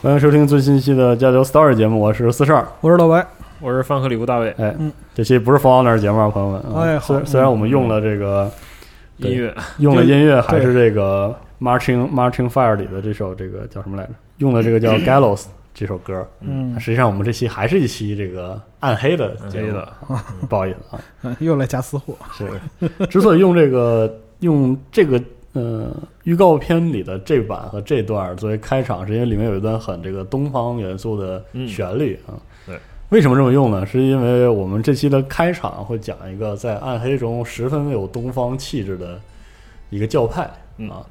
欢迎收听最新一期的《加油 Story》节目，我是四十二。我是老白，我是饭和礼物大卫，哎，嗯这期不是《风 h 那儿》节目啊，朋友们。啊哎好虽虽然我们用了这个、对音乐用了音乐，还对是这个《Marching Marching Fire》里的这首这个叫什么来着？用的这个 叫《Gallows》这首歌。嗯，实际上，我们这期还是一期这个暗黑的节对目，的，不好意思啊。 又来加私货，是，之所以用这个用这个呃预告片里的这版和这段儿作为开场，是因为里面有一段很这个东方元素的旋律啊。嗯对，为什么这么用呢？是因为我们这期的开场会讲一个在暗黑中十分有东方气质的一个教派嗯啊，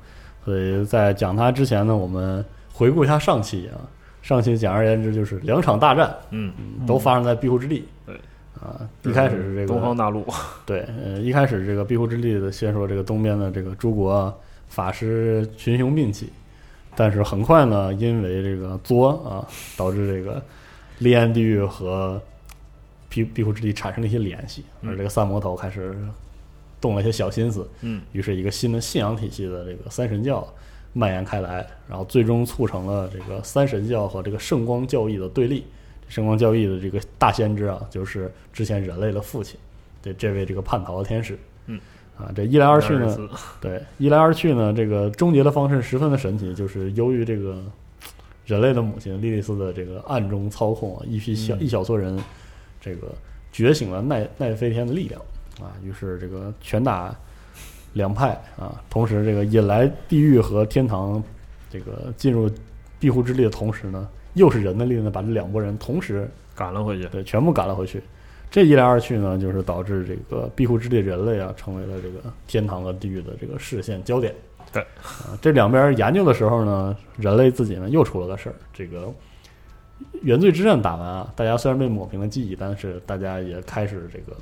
所以在讲它之前呢，我们回顾一下上期啊。上期简而言之就是两场大战，嗯，嗯都发生在庇护之地。对，啊，一开始是这个东方大陆，对，呃，一开始这个庇护之地的，先说这个东边的这个诸国啊法师群雄并起，但是很快呢，因为这个作啊，导致这个烈焰地狱和庇庇护之地产生了一些联系，而这个三魔头开始动了一些小心思，嗯，于是一个新的信仰体系的这个三神教蔓延开来，然后最终促成了这个三神教和这个圣光教义的对立。圣光教义的这个大先知啊，就是之前人类的父亲，这这位这个叛逃的天使。嗯，啊，这一来二去呢， 24 对，一来二去呢，这个终结的方式十分的神奇，就是由于这个人类的母亲莉莉丝的这个暗中操控啊，一批小、一小撮人，这个觉醒了奈奈飞天的力量啊，于是这个拳打两派啊，同时这个引来地狱和天堂，这个进入庇护之力的同时呢，又是人的力量把这两拨人同时赶了回去，对，全部赶了回去。这一来二去呢，就是导致这个庇护之地人类啊，成为了这个天堂和地狱的这个视线焦点。对啊，这两边研究的时候呢，人类自己呢又出了个事儿。这个原罪之战打完啊，大家虽然被抹平了记忆，但是大家也开始这个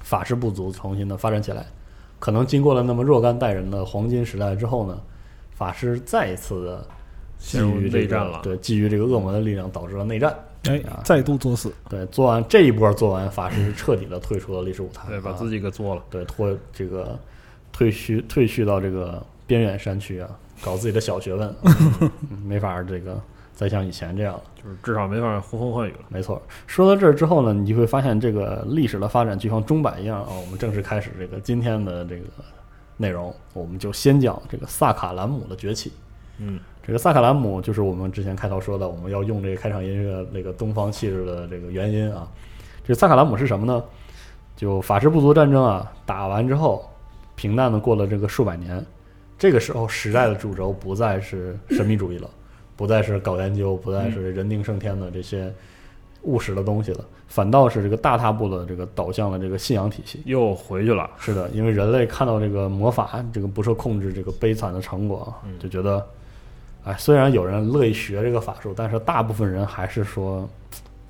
法师不足，重新的发展起来。可能经过了那么若干代人的黄金时代之后呢，法师再一次的基陷入于这内个战了对，基于这个恶魔的力量导致了内战。哎啊，再度作死，对，做完这一波做完，法师是彻底的退出了历史舞台，嗯对，把啊自己给做了，对脱这个退虚退去到这个边远山区啊，搞自己的小学问， 嗯没法儿这个再像以前这样了。就是至少没法呼风唤雨了，没错，说到这儿之后呢，你就会发现这个历史的发展就像钟摆一样啊、我们正式开始这个今天的这个内容，我们就先讲这个萨卡兰姆的崛起。嗯，这个萨卡兰姆就是我们之前开头说的，我们要用这个开场音乐那个东方气质的这个原因啊。这萨卡兰姆是什么呢？就法师部族战争啊，打完之后，平淡的过了这个数百年。这个时候，时代的主轴不再是神秘主义了，不再是搞研究，不再是人定胜天的这些务实的东西了，反倒是这个大踏步的这个导向了这个信仰体系。又回去了，是的，因为人类看到这个魔法这个不受控制这个悲惨的成果啊，就觉得，哎，虽然有人乐意学这个法术，但是大部分人还是说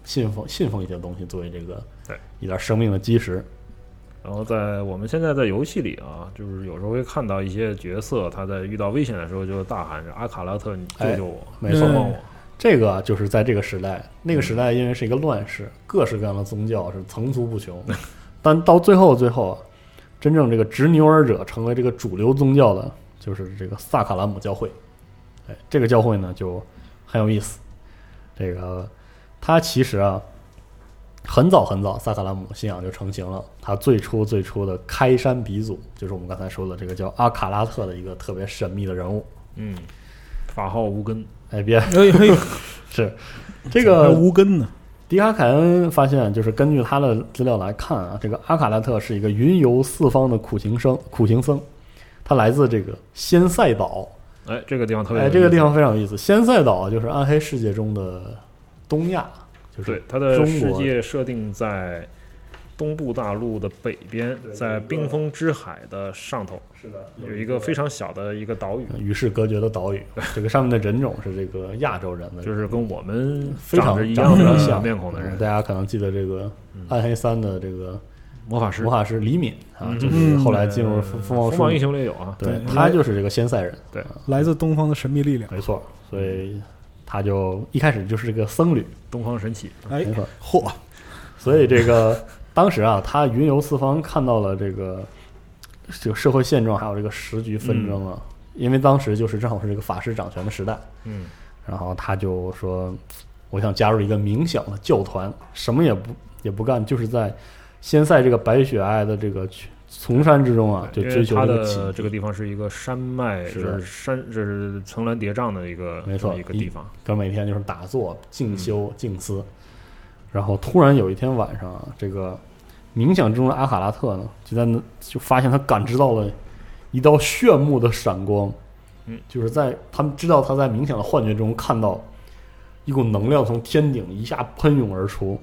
信奉信奉一些东西作为这个对一点生命的基石。然后在我们现在在游戏里啊，就是有时候会看到一些角色，他在遇到危险的时候就大喊着阿卡拉特，你救哎救我，没帮错，嗯帮我，这个就是在这个时代，那个时代因为是一个乱世，各式各样的宗教是层出不穷，但到最后最后，真正这个执牛耳者成为这个主流宗教的，就是这个萨卡兰姆教会。哎，这个教会呢就很有意思。这个它其实啊，很早很早，萨卡兰姆信仰就成型了。它最初最初的开山鼻祖，就是我们刚才说的这个叫阿卡拉特的一个特别神秘的人物。嗯，法号无根，哎，别呃哎嘿，是这个还无根呢，迪卡凯恩发现，就是根据他的资料来看啊，这个阿卡拉特是一个云游四方的苦行僧，苦行僧，他来自这个仙塞岛。哎，这个地方特别有哎，意思，这个地方非常有意思。仙塞岛就是暗黑世界中的东亚，就是对它的中世国界设定在东部大陆的北边，在冰封之海的上头，是的，嗯有一个非常小的一个岛屿，与世隔绝的岛屿。这个上面的人种是这个亚洲人的，就是跟我们非常长着一长样得非常的像面孔的人嗯，嗯大家可能记得这个《暗黑三》的这个魔法师魔。法师李敏啊，嗯就是后来进入风嗯风暴锋芒树英，雄里有啊，对对他就是这个仙塞人，来自东方的神秘力量。没错，所以他就一开始就是这个僧侣，东方神起，哎没，错，嚯，所以这个当时啊，他云游四方，看到了这个这个社会现状，还有这个时局纷争啊。因为当时就是正好是这个法师掌权的时代，嗯，然后他就说，我想加入一个冥想的教团，什么也不也不干，就是在先塞这个白雪皑的这个群丛山之中啊，就因为追求它这个的奇这个地方是一个山脉，是就是山，这是层峦叠嶂的一个没错这么一个地方，可啊每天就是打坐、静修、嗯静思。然后突然有一天晚上啊，这个冥想中的阿卡拉特呢，就在那就发现他感知到了一道炫目的闪光，嗯，就是在他们知道他在冥想的幻觉中看到一股能量从天顶一下喷涌而出，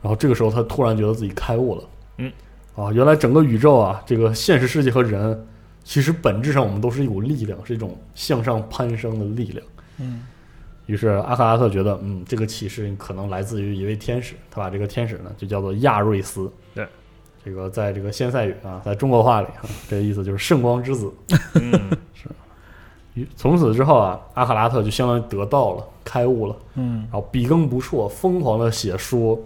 然后这个时候他突然觉得自己开悟了，嗯，啊，原来整个宇宙啊，这个现实世界和人，其实本质上我们都是一股力量，是一种向上攀升的力量。嗯，于是阿克拉特觉得，嗯，这个启示可能来自于一位天使，他把这个天使呢就叫做亚瑞斯。对，这个在这个仙塞语啊，在中国话里啊，这意思就是圣光之子。 嗯，于从此之后啊，阿克拉特就相当于得到了开悟了，嗯然后笔耕不辍，疯狂的写书，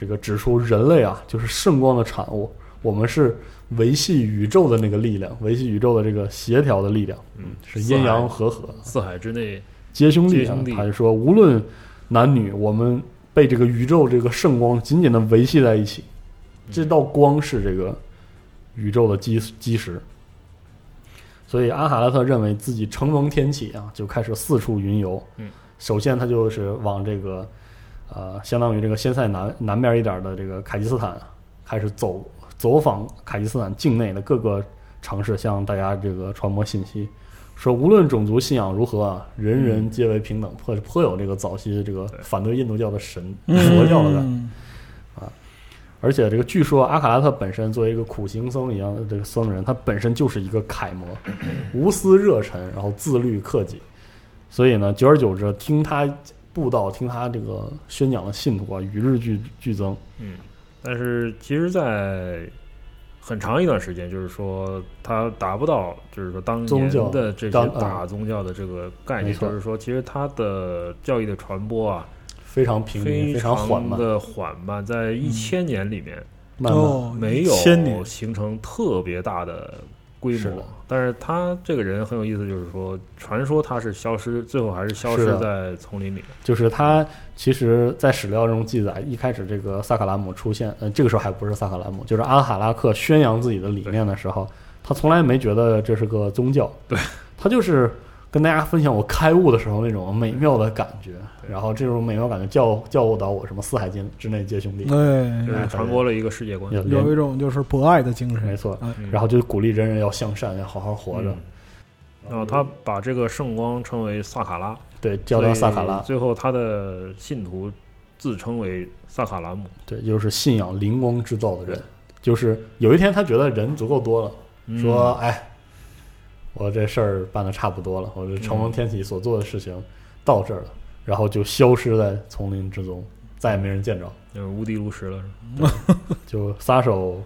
这个指出人类啊就是圣光的产物，我们是维系宇宙的那个力量，维系宇宙的这个协调的力量，嗯是阴阳和合。四海之内，结兄弟结啊兄弟，他就说无论男女，我们被这个宇宙这个圣光紧紧的维系在一起，嗯这道光是这个宇宙的基基石。所以阿哈拉特认为自己承蒙天启啊，就开始四处云游。嗯，首先他就是往这个呃，相当于这个先塞南南边一点的这个凯吉斯坦啊开始走走访凯吉斯坦境内的各个城市，向大家这个传播信息，说无论种族信仰如何啊，人人皆为平等，颇颇有这个早期这个对反对印度教的神佛教的感觉。嗯而且这个据说阿卡拉特本身作为一个苦行僧一样的这个僧人，他本身就是一个楷模，无私热忱，然后自律克己。所以呢，久而久之，听他布道、听他这个宣讲的信徒啊，与日俱俱增。嗯，但是其实，在很长一段时间，就是说他达不到，就是说当宗年教的这些当嗯大宗教的这个概没念，错就是说，其实他的教义的传播啊，非常平民，非非常缓慢，嗯的缓慢，在一千年里面慢慢哦，没千年有形成特别大的规是的模。但是他这个人很有意思，就是说，传说他是消失，最后还是消是失的在丛林里。就是他其实，在史料中记载，一开始这个萨卡拉姆出现，呃，这个时候还不是萨卡拉姆，就是阿哈拉克宣扬自己的理念的时候，他从来没觉得这是个宗教，对 他就是跟大家分享我开悟的时候那种美妙的感觉，然后这种美妙感觉教教导我什么四海间之内皆兄弟，就哎，是传播了一个世界观。有有一种就是博爱的精没神。错，哎嗯然后就鼓励人人要向善，要好好活着，嗯然后他把这个圣光称为萨卡拉，对，叫他萨卡所拉以，最后他的信徒自称为萨卡拉姆，对，就是信仰灵光制造的人，就是有一天他觉得人足够多了。嗯说，哎，我这事儿办的差不多了，我这承嗯蒙天启所做的事情到这儿了，然后就消失在丛林之中，再也没人见着，嗯就是无敌炉石了。就撒手，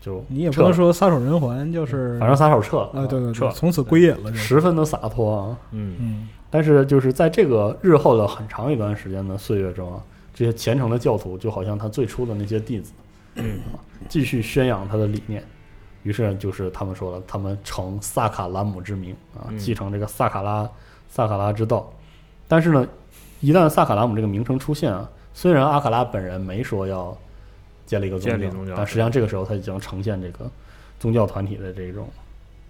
就你也不撤能了，说撒手人寰，就是反正撒手撤了，啊，对对撤对，从此归隐了。就是十分的洒脱啊。嗯嗯，但是就是在这个日后的很长一段时间的岁月中啊，这些虔诚的教徒就好像他最初的那些弟子，嗯啊继续宣扬他的理念。于是就是他们说了，他们承萨卡拉姆之名啊，嗯继承这个萨卡拉萨卡拉之道。但是呢，一旦萨卡拉姆这个名称出现啊，虽然阿卡拉本人没说要建立一个宗建立教，宗教但实际上这个时候他已经呈现这个宗教团体的这种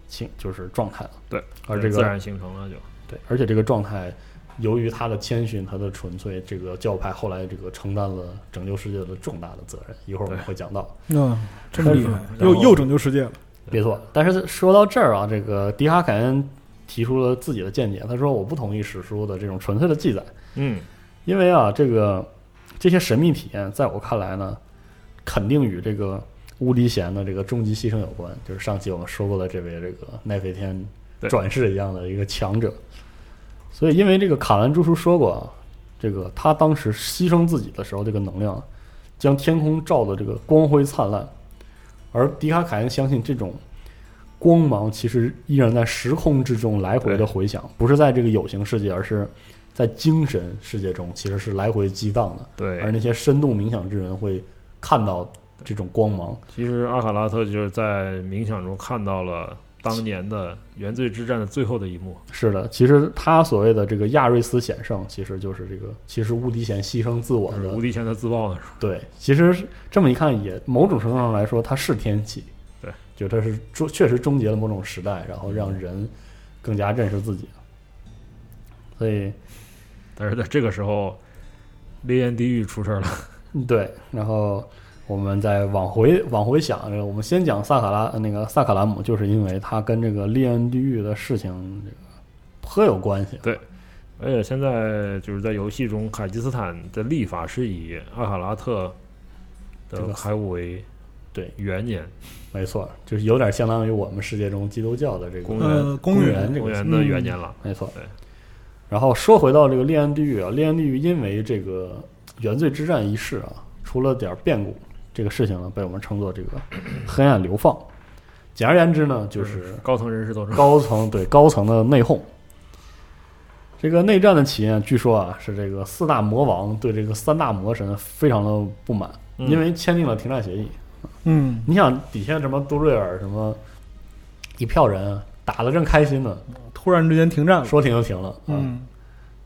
情就是状态了。对，而这自个然形成了就，对，而且这个状态由于他的谦逊，他的纯粹，这个教派后来这个承担了拯救世界的重大的责任。一会儿我们对会讲到，嗯，真厉害，然又后又拯救世界了。没错。但是说到这儿啊，这个迪哈凯恩提出了自己的见解，他说我不同意史书的这种纯粹的记载，嗯，因为啊，这个这些神秘体验，在我看来呢，肯定与这个乌迪贤的这个终极牺牲有关，就是上期我们说过的这位这个奈飞天对转世一样的一个强者。所以，因为这个卡兰朱叔说过啊，这个他当时牺牲自己的时候，这个能量将天空照得这个光辉灿烂，而迪卡凯恩相信这种。光芒其实依然在时空之中来回的对回响，不是在这个有形世界，而是在精神世界中其实是来回激荡的，而对。那些深度冥想之人会看到这种光芒。其实阿卡拉特就是在冥想中看到了当年的原罪之战的最后的一幕。是的，其实他所谓的这个亚瑞斯险胜，其实就是这个，其实无敌贤牺牲自我就是的嗯无。敌前的自爆的时候，对，其实是这么一看也，某种程度上来说，他是天启。对，就他是终确实终结了某种时代，然后让人更加认识自己。所以，但是在这个时候，烈焰地狱出事儿了。嗯对，然后我们再往回往回想，这个我们先讲萨卡拉呃那个萨卡拉姆，就是因为他跟这个利恩地狱的事情这个颇有关系。而且现在就是在游戏中，卡吉斯坦的历法是以阿卡拉特这的个开悟为对元年，没错，就是有点相当于我们世界中基督教的这公个元呃，公公园元这公个嗯元的元年了。没错对。然后说回到这个利恩地狱啊，利恩地狱因为这个原罪之战一事啊，出了点变故，这个事情呢被我们称作这个黑暗流放。简而言之呢，就是啊高层人士 都是高层对高层的内讧。这个内战的起因，据说啊是这个四大魔王对这个三大魔神非常的不满，嗯因为签订了停战协议。嗯，你想底下什么多瑞尔什么一票人打得正开心呢，突然之间停战了。说停就停了啊。嗯，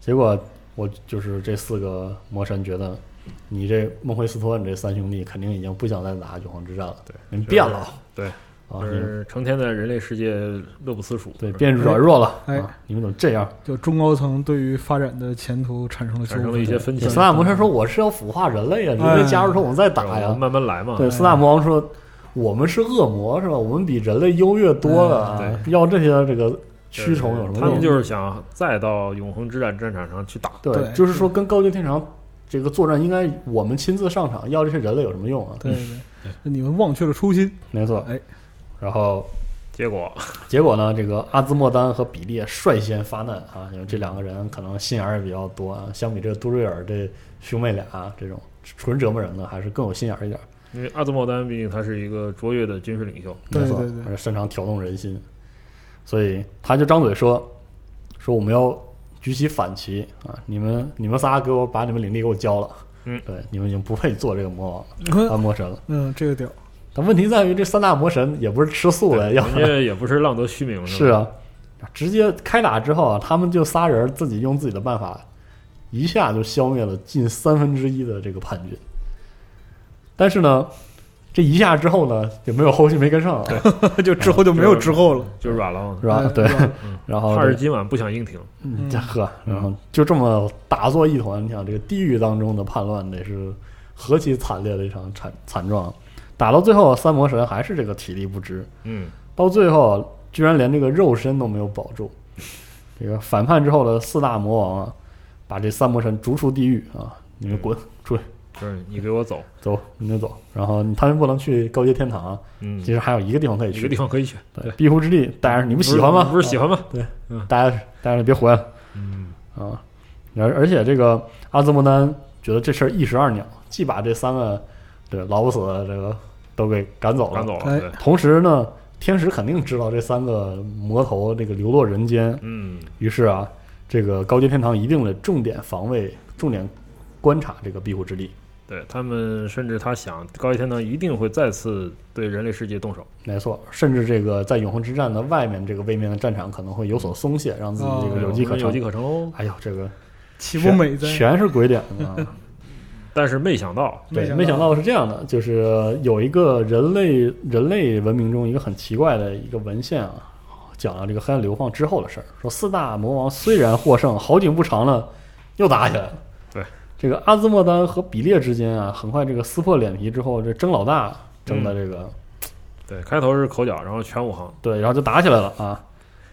结果我就是这四个魔神觉得，你这孟菲斯托你这三兄弟肯定已经不想再打九皇之战了，对，你们就是变了，对啊，就你们是成天在人类世界乐不思蜀。对变软弱了、哎啊，你们怎么这样？就中高层对于发展的前途产生了产纠生了纷一些分歧斯大魔神说：“我是要腐化人类啊，你们哎加入说我们再打然后呀。慢慢来嘛。对，斯大魔王说：“我们是恶魔是吧？我们比人类优越多了啊哎，要这些这个蛆虫有什么用？”他们就是想再到永恒之战战场上去打。对，对嗯就是说跟高阶天长这个作战应该我们亲自上场，要这些人类有什么用啊？对对对，那你们忘却了初心。没错。哎，然后结果结果呢？这个阿兹莫丹和比利率先发难啊，因为这两个人可能心眼儿也比较多啊。相比这个杜瑞尔这兄妹俩、啊这种纯折磨人的，还是更有心眼儿一点儿。因为阿兹莫丹毕竟他是一个卓越的军事领袖，没错，对对对而且擅长挑动人心，所以他就张嘴说说我们要举起反旗啊！你们你们仨给我把你们领地给我交了，嗯，对，你们已经不配做这个魔王了，啊魔神了。嗯，这个屌，但问题在于这三大魔神也不是吃素的，对要人家也不是浪得虚名，哎 是吧？啊，直接开打之后啊，他们就仨人自己用自己的办法，一下就消灭了近三分之一的这个叛军。但是呢，这一下之后呢，也没有后续没跟上啊，就之后就没有之后了，就软了嘛是。吧哎？啊哦对，吧然后这哈尔今晚不想硬挺，嗯，嗯这呵，然后就这么打作一团，你想这个地狱当中的叛乱得是何其惨烈的一场惨惨状，打到最后三魔神还是这个体力不支，嗯，到最后居然连这个肉身都没有保住。这个反叛之后的四大魔王啊，把这三魔神逐出地狱啊！你们滚出去，就是你给我走，走，你们走。然后他们不能去高阶天堂啊，嗯，其实还有一个地方可以一个去地，方可以选，对庇护之地。大家你不喜欢吗？不是喜欢吗？大家大家别回来了。嗯，啊，而而且这个阿兹莫丹觉得这事儿一石二鸟，既把这三个对老不死的这个都给赶走了，赶走哎了，对，同时呢，天使肯定知道这三个魔头这个流落人间，嗯，于是啊，这个高阶天堂一定得重点防卫、重点观察这个庇护之地。对他们甚至他想高一天堂一定会再次对人类世界动手，没错，甚至这个在永恒之战的外面，这个位面的战场可能会有所松懈，让自己这哦个对嗯有机我可们有乘机。可乘哦。哎呦，这个岂不美全哉？全是鬼点子啊！但是没想到，对，没想到是这样的，就是有一个人类人类文明中一个很奇怪的一个文献啊，讲了这个黑暗流放之后的事儿，说四大魔王虽然获胜，好景不长了，又打起来了。对，这个阿兹莫丹和比列之间啊，很快这个撕破脸皮之后，这争老大争的这个、嗯对，开头是口角，然后全武行，对，然后就打起来了啊，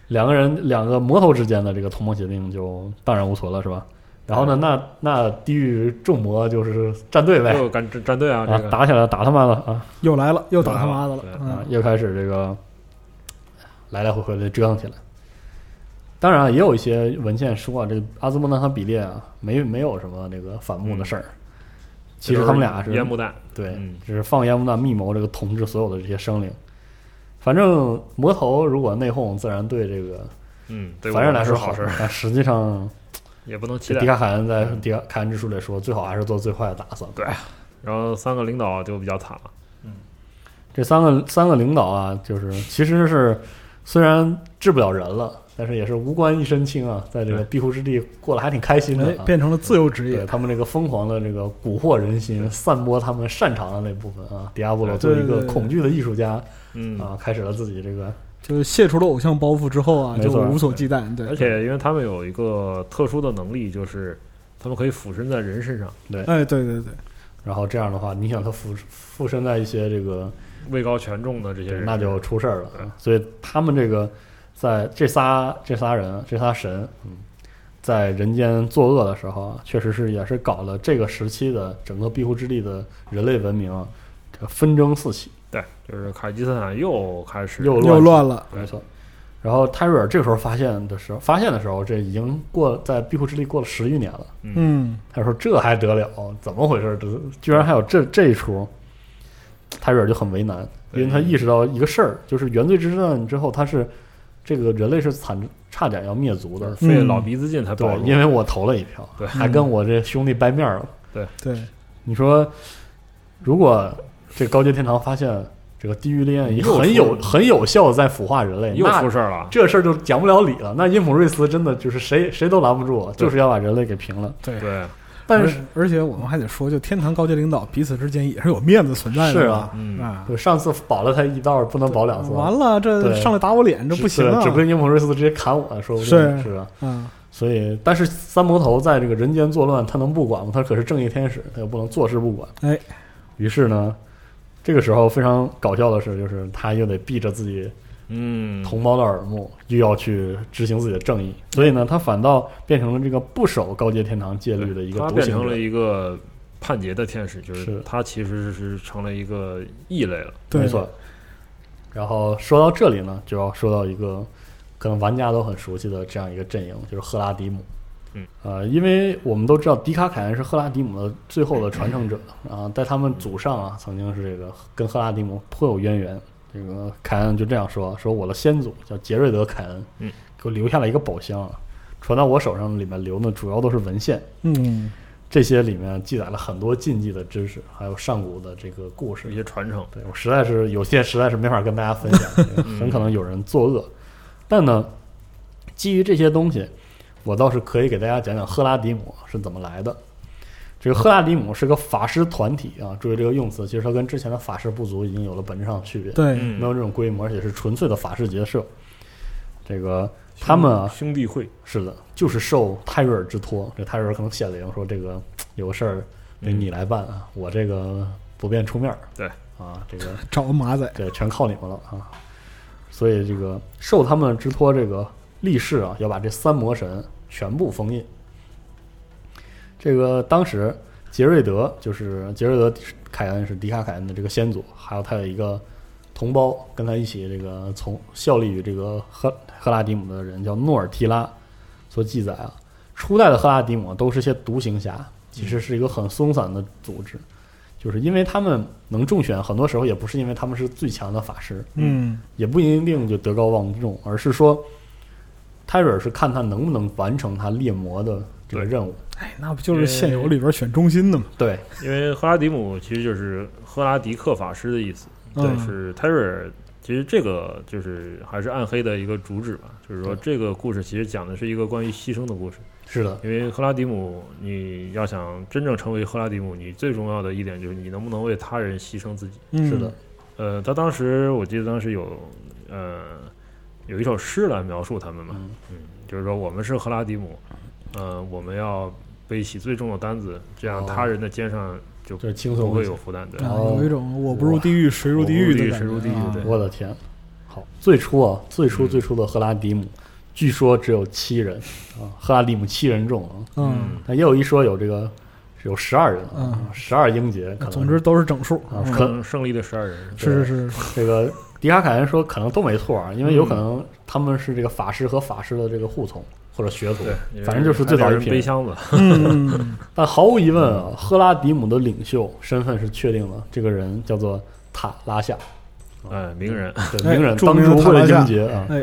两个人两个魔头之间的这个同盟协定就荡然无存了，是吧？然后呢，那那地狱众魔就是战队呗，又敢站队啊，啊这，个打起来了，打他妈的啊！又来了，又打他妈的对了。啊嗯，又开始这个来来回回的折腾起来。当然，啊也有一些文献说啊，这个阿兹莫丹和比列啊，没没有什么这个反目的嗯事儿。其实他们俩是烟幕弹，对，嗯只是放烟幕弹密谋这个统治所有的这些生灵。反正魔头如果内讧，自然对这个嗯，对凡人来我们是说好事，但实际上，也不能期这迪待。卡凯恩在《迪卡凯恩之书》里说，最好还是做最坏的打算。然后三个领导就比较惨了，这三个三个领导啊，就是其实是虽然治不了人了，但是也是无官一身轻啊，在这个对庇护之地过得还挺开心的、哎啊。，变成了自由职对业，他们这个疯狂的这个蛊惑人心、散播他们擅长的那部分啊，迪亚波罗作对为一个哎对对恐惧的艺术家嗯，啊，开始了自己这个就是卸除了偶像包袱之后啊，没就错无所忌惮。对而，且因为他们有一个特殊的能力，就是他们可以附身在人身上，哎，对对对，然后这样的话，你想他附附身在一些这个，位高权重的这些对人，那就出事儿了对啊。所以他们这个在这仨这仨人这仨神，嗯，在人间作恶的时候啊，确实是也是搞了这个时期的整个庇护之地的人类文明啊，这个纷争四起，对，就是卡吉斯坦又开始又又乱了。没错。然后泰瑞尔这时候发现的时候，发现的时候，这已经过在庇护之地过了十余年了。嗯，他说：“这还得了？怎么回事？这居然还有这这一出？”泰瑞尔就很为难，因对为他意识到一个事儿，就是原罪之战之后，他是这个人类是惨差点要灭族的，费老鼻子劲才嗯暴对，露，因为我投了一票，对还跟我这兄弟掰面了。对，你说，如果这高阶天堂发现这个地狱烈焰又出很有很有效地在腐化人类，又那出事儿了，这事儿就讲不了理了。那因普瑞斯真的就是谁谁都拦不住，就是要把人类给平了。对对，但而是，而且我们还得说，就天堂高级领导彼此之间也是有面子存在的，是啊嗯啊，嗯对上次保了他一道，不能保两次。完了，这对上来打我脸，这不行啊指指不！定英普瑞斯直接砍我，说不定是是吧？啊，所以，但是三魔头在这个人间作乱，他能不管吗？他可是正义天使，他又不能坐视不管。哎，于是呢，这个时候非常搞笑的是，就是他又得避着自己嗯，同胞的耳目，又要去执行自己的正义，所以呢，他反倒变成了这个不守高阶天堂戒律的一个他独变行成了者。一个叛劫的天使，就是是他其实是成了一个异类了，对，没错。然后说到这里呢，就要说到一个可能玩家都很熟悉的这样一个阵营，就是赫拉迪姆。嗯，呃，因为我们都知道迪卡凯恩是赫拉迪姆的最后的传承者，嗯啊，在他们祖上啊，曾经是这个跟赫拉迪姆颇有渊源。这个凯恩就这样说：“说我的先祖叫杰瑞德·凯恩，嗯，给我留下了一个宝箱，啊，传到我手上，里面留的主要都是文献，嗯，这些里面记载了很多禁忌的知识，还有上古的这个故事一。些传承，对我实在是有些实在是没法跟大家分享，因为很可能有人作恶。但呢，基于这些东西，我倒是可以给大家讲讲赫拉迪姆是怎么来的。这个赫拉迪姆是个法师团体啊，注意这个用词，其实它跟之前的法师部族已经有了本质上的区别，对，嗯没有这种规模，而且是纯粹的法师结社。这个他们啊，兄弟会，是的，就是受泰瑞尔之托，这泰瑞尔可能显灵说这个有个事儿得你来办啊，我这个不便出面儿。对啊，这个找个马仔，对，全靠你们了啊！所以这个受他们之托，这个力士啊，要把这三魔神全部封印。这个当时杰瑞德就是杰瑞德凯恩是迪卡凯恩的这个先祖，还有他有一个同胞跟他一起这个从效力于这个赫赫拉迪姆的人叫诺尔提拉，所记载啊，初代的赫拉迪姆都是些独行侠，其实是一个很松散的组织，就是因为他们能中选，很多时候也不是因为他们是最强的法师，嗯，也不一定就德高望重，而是说泰瑞尔是看他能不能完成他猎魔的这个任务。哎，那不就是现有里边选中心的吗？对，因为赫拉迪姆其实就是赫拉迪克法师的意思，对，嗯，是泰瑞尔。其实这个就是还是暗黑的一个主旨吧，就是说这个故事其实讲的是一个关于牺牲的故事。是的，因为赫拉迪姆，你要想真正成为赫拉迪姆，你最重要的一点就是你能不能为他人牺牲自己。嗯是的，，呃，他当时我记得当时有呃有一首诗来描述他们嘛，嗯就是说我们是赫拉迪姆，呃，我们要背起最重的担子，这样哦他人的肩上就就是轻不松会一些有负担。对，啊，哦有一种我不入地狱谁入地狱的感觉，我不入地狱谁入地狱对啊我的天，好，最初啊，最初嗯最初的赫拉迪姆，据说只有七人啊，赫拉迪姆七人众啊，嗯，但也有一说有这个有十二人啊嗯，十二英杰，可能总之都是整数，啊嗯可胜胜利的十二人，是 是是，这个迪卡凯恩说可能都没错啊，因为有嗯可能他们是这个法师和法师的这个护从或者学徒，对，因为反正就是最早一还得有人批背人。啊箱子，嗯，但毫无疑问啊，赫拉迪姆的领袖身份是确定了，这个人叫做塔拉夏，哎，名人，对，哎名人著当名之的无塔愧拉的夏英杰啊。哎，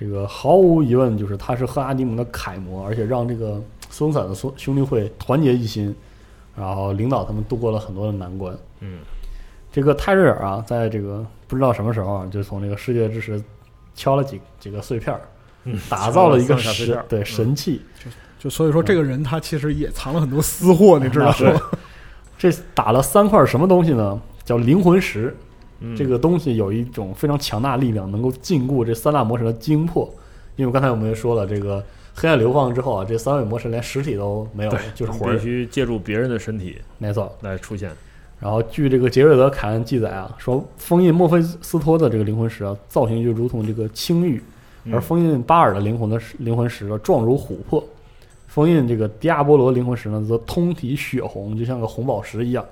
这个毫无疑问就是他是赫拉迪姆的楷模，而且让这个松散的兄兄弟会团结一心，然后领导他们度过了很多的难关。嗯，这个泰瑞尔啊，在这个不知道什么时候啊，就从这个世界之石敲了几几个碎片儿，嗯打造了一个上下碎神片儿嗯对神器，就所以说这个人他其实也藏了很多私货，你知嗯道那是吗？这打了三块什么东西呢？叫灵魂石，嗯这个东西有一种非常强大力量，能够禁锢这三大魔神的精魄。因为刚才我们也说了，这个黑暗流放之后啊，这三位魔神连实体都没有了，就是火必必须须借助别人的身体没错。来出现，然后据这个杰瑞德·凯恩记载啊，说封印墨菲斯托的这个灵魂石啊，造型就如同这个青玉，嗯而封印巴尔的灵魂的灵魂石啊，状如琥珀。封印这个迪亚波罗灵魂石呢，则通体血红，就像个红宝石一样。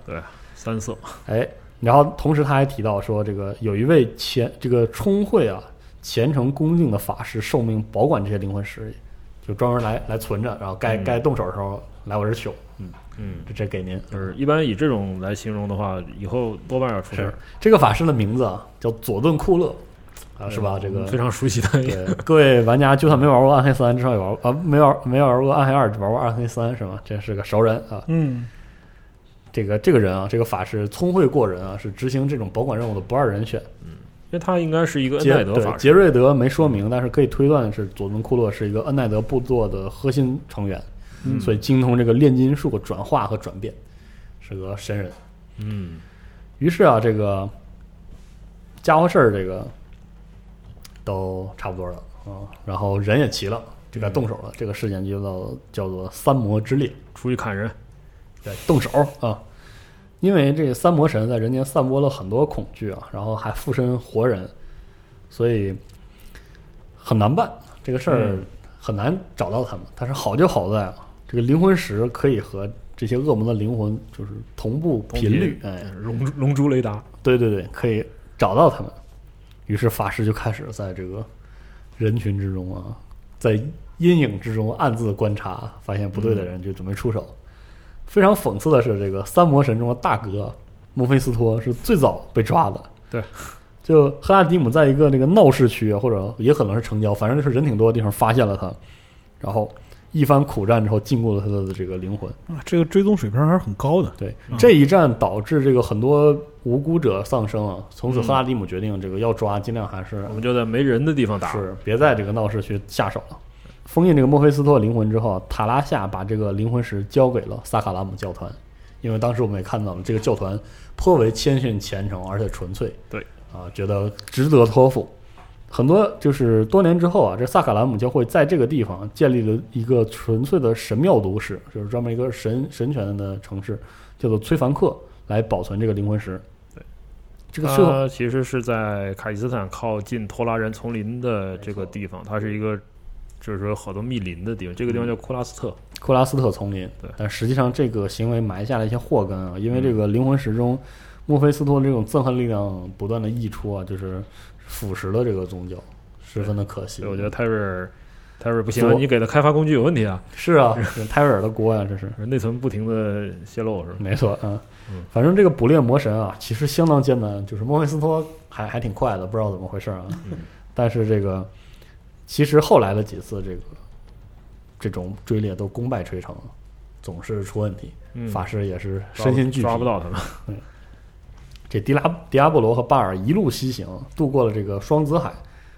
三色，哎，然后同时他还提到说，这个有一位虔这个冲会啊虔诚恭敬的法师受命保管这些灵魂石，就专门来来存着，然后该、嗯该动手的时候来我这儿取，嗯，这这给您。就是一般以这种来形容的话，以后多半要出事是儿，这个法师的名字啊，叫佐顿库勒，啊，是吧？嗯这我个们非常熟悉的一个，对各位玩家，就算没玩过《暗黑三》，至少也玩 啊，没玩没玩过《暗黑二》，只玩过《暗黑三》，是吗？这是个熟人啊。嗯，这个这个人啊，这个法师聪慧过人啊，是执行这种保管任务的不二人选。因为他应该是一个恩杰奈德对法师，杰瑞德没说明，但是可以推断是佐敦库洛是一个恩奈德部落的核心成员，嗯所以精通这个炼金术的转化和转变，是个神人。嗯于是啊，这个家伙事儿这个都差不多了啊、然后人也齐了，就嗯该动手了。这个事件就叫叫做三魔之列，出去砍人，对，动手啊！因为这三魔神在人间散播了很多恐惧啊，然后还附身活人，所以很难办这个事儿嗯，很难找到他们。但是好就好在啊，这个灵魂石可以和这些恶魔的灵魂就是同步频率，哎，龙珠龙珠雷达，对对对，可以找到他们。于是法师就开始在这个人群之中啊，在阴影之中暗自观察，发现不对的人就准备出手。非常讽刺的是，这个三魔神中的大哥墨菲斯托是最早被抓的。对，就赫拉迪姆在一个那个闹市区啊，或者也可能是城郊，反正就是人挺多的地方发现了他，然后一番苦战之后禁锢了他的这个灵魂。啊，这个追踪水平还是很高的，对嗯，这一战导致这个很多无辜者丧生啊。从此，赫拉迪姆决定，这个要抓，尽量还是我们就在没人的地方打，是别在这个闹市区下手了。封印这个墨菲斯托灵魂之后，塔拉夏把这个灵魂石交给了萨卡拉姆教团，因为当时我们也看到了这个教团颇为谦逊、虔诚，而且纯粹。对，啊，觉得值得托付。很多就是多年之后啊，这萨卡拉姆教会在这个地方建立了一个纯粹的神庙都市，就是专门一个神神权的城市，叫做崔凡克，来保存这个灵魂石。对，这个最后它呃其实是在凯奇斯坦靠近托拉人丛林的这个地方，它是一个就是说好多密林的地方，这个地方叫库拉斯特。库拉斯特丛林对。嗯但实际上，这个行为埋下了一些祸根啊，因为这个灵魂石中，墨菲斯托这种憎恨力量不断的溢出啊，就是腐蚀了这个宗教，十分的可惜。所以我觉得泰瑞尔，泰瑞尔不行啊，做你给的开发工具有问题啊，是啊，这泰瑞尔的锅呀、这是。内存不停的泄露是吧？没错，嗯嗯，反正这个捕猎魔神啊，其实相当艰难，就是墨菲斯托还还挺快的，不知道怎么回事啊。嗯 但是这个其实后来的几次这个这种追猎都功败垂成，总是出问题，嗯，法师也是抓身心俱疲抓不到他们。这迪拉迪亚波罗和巴尔一路西行，渡过了这个双子海。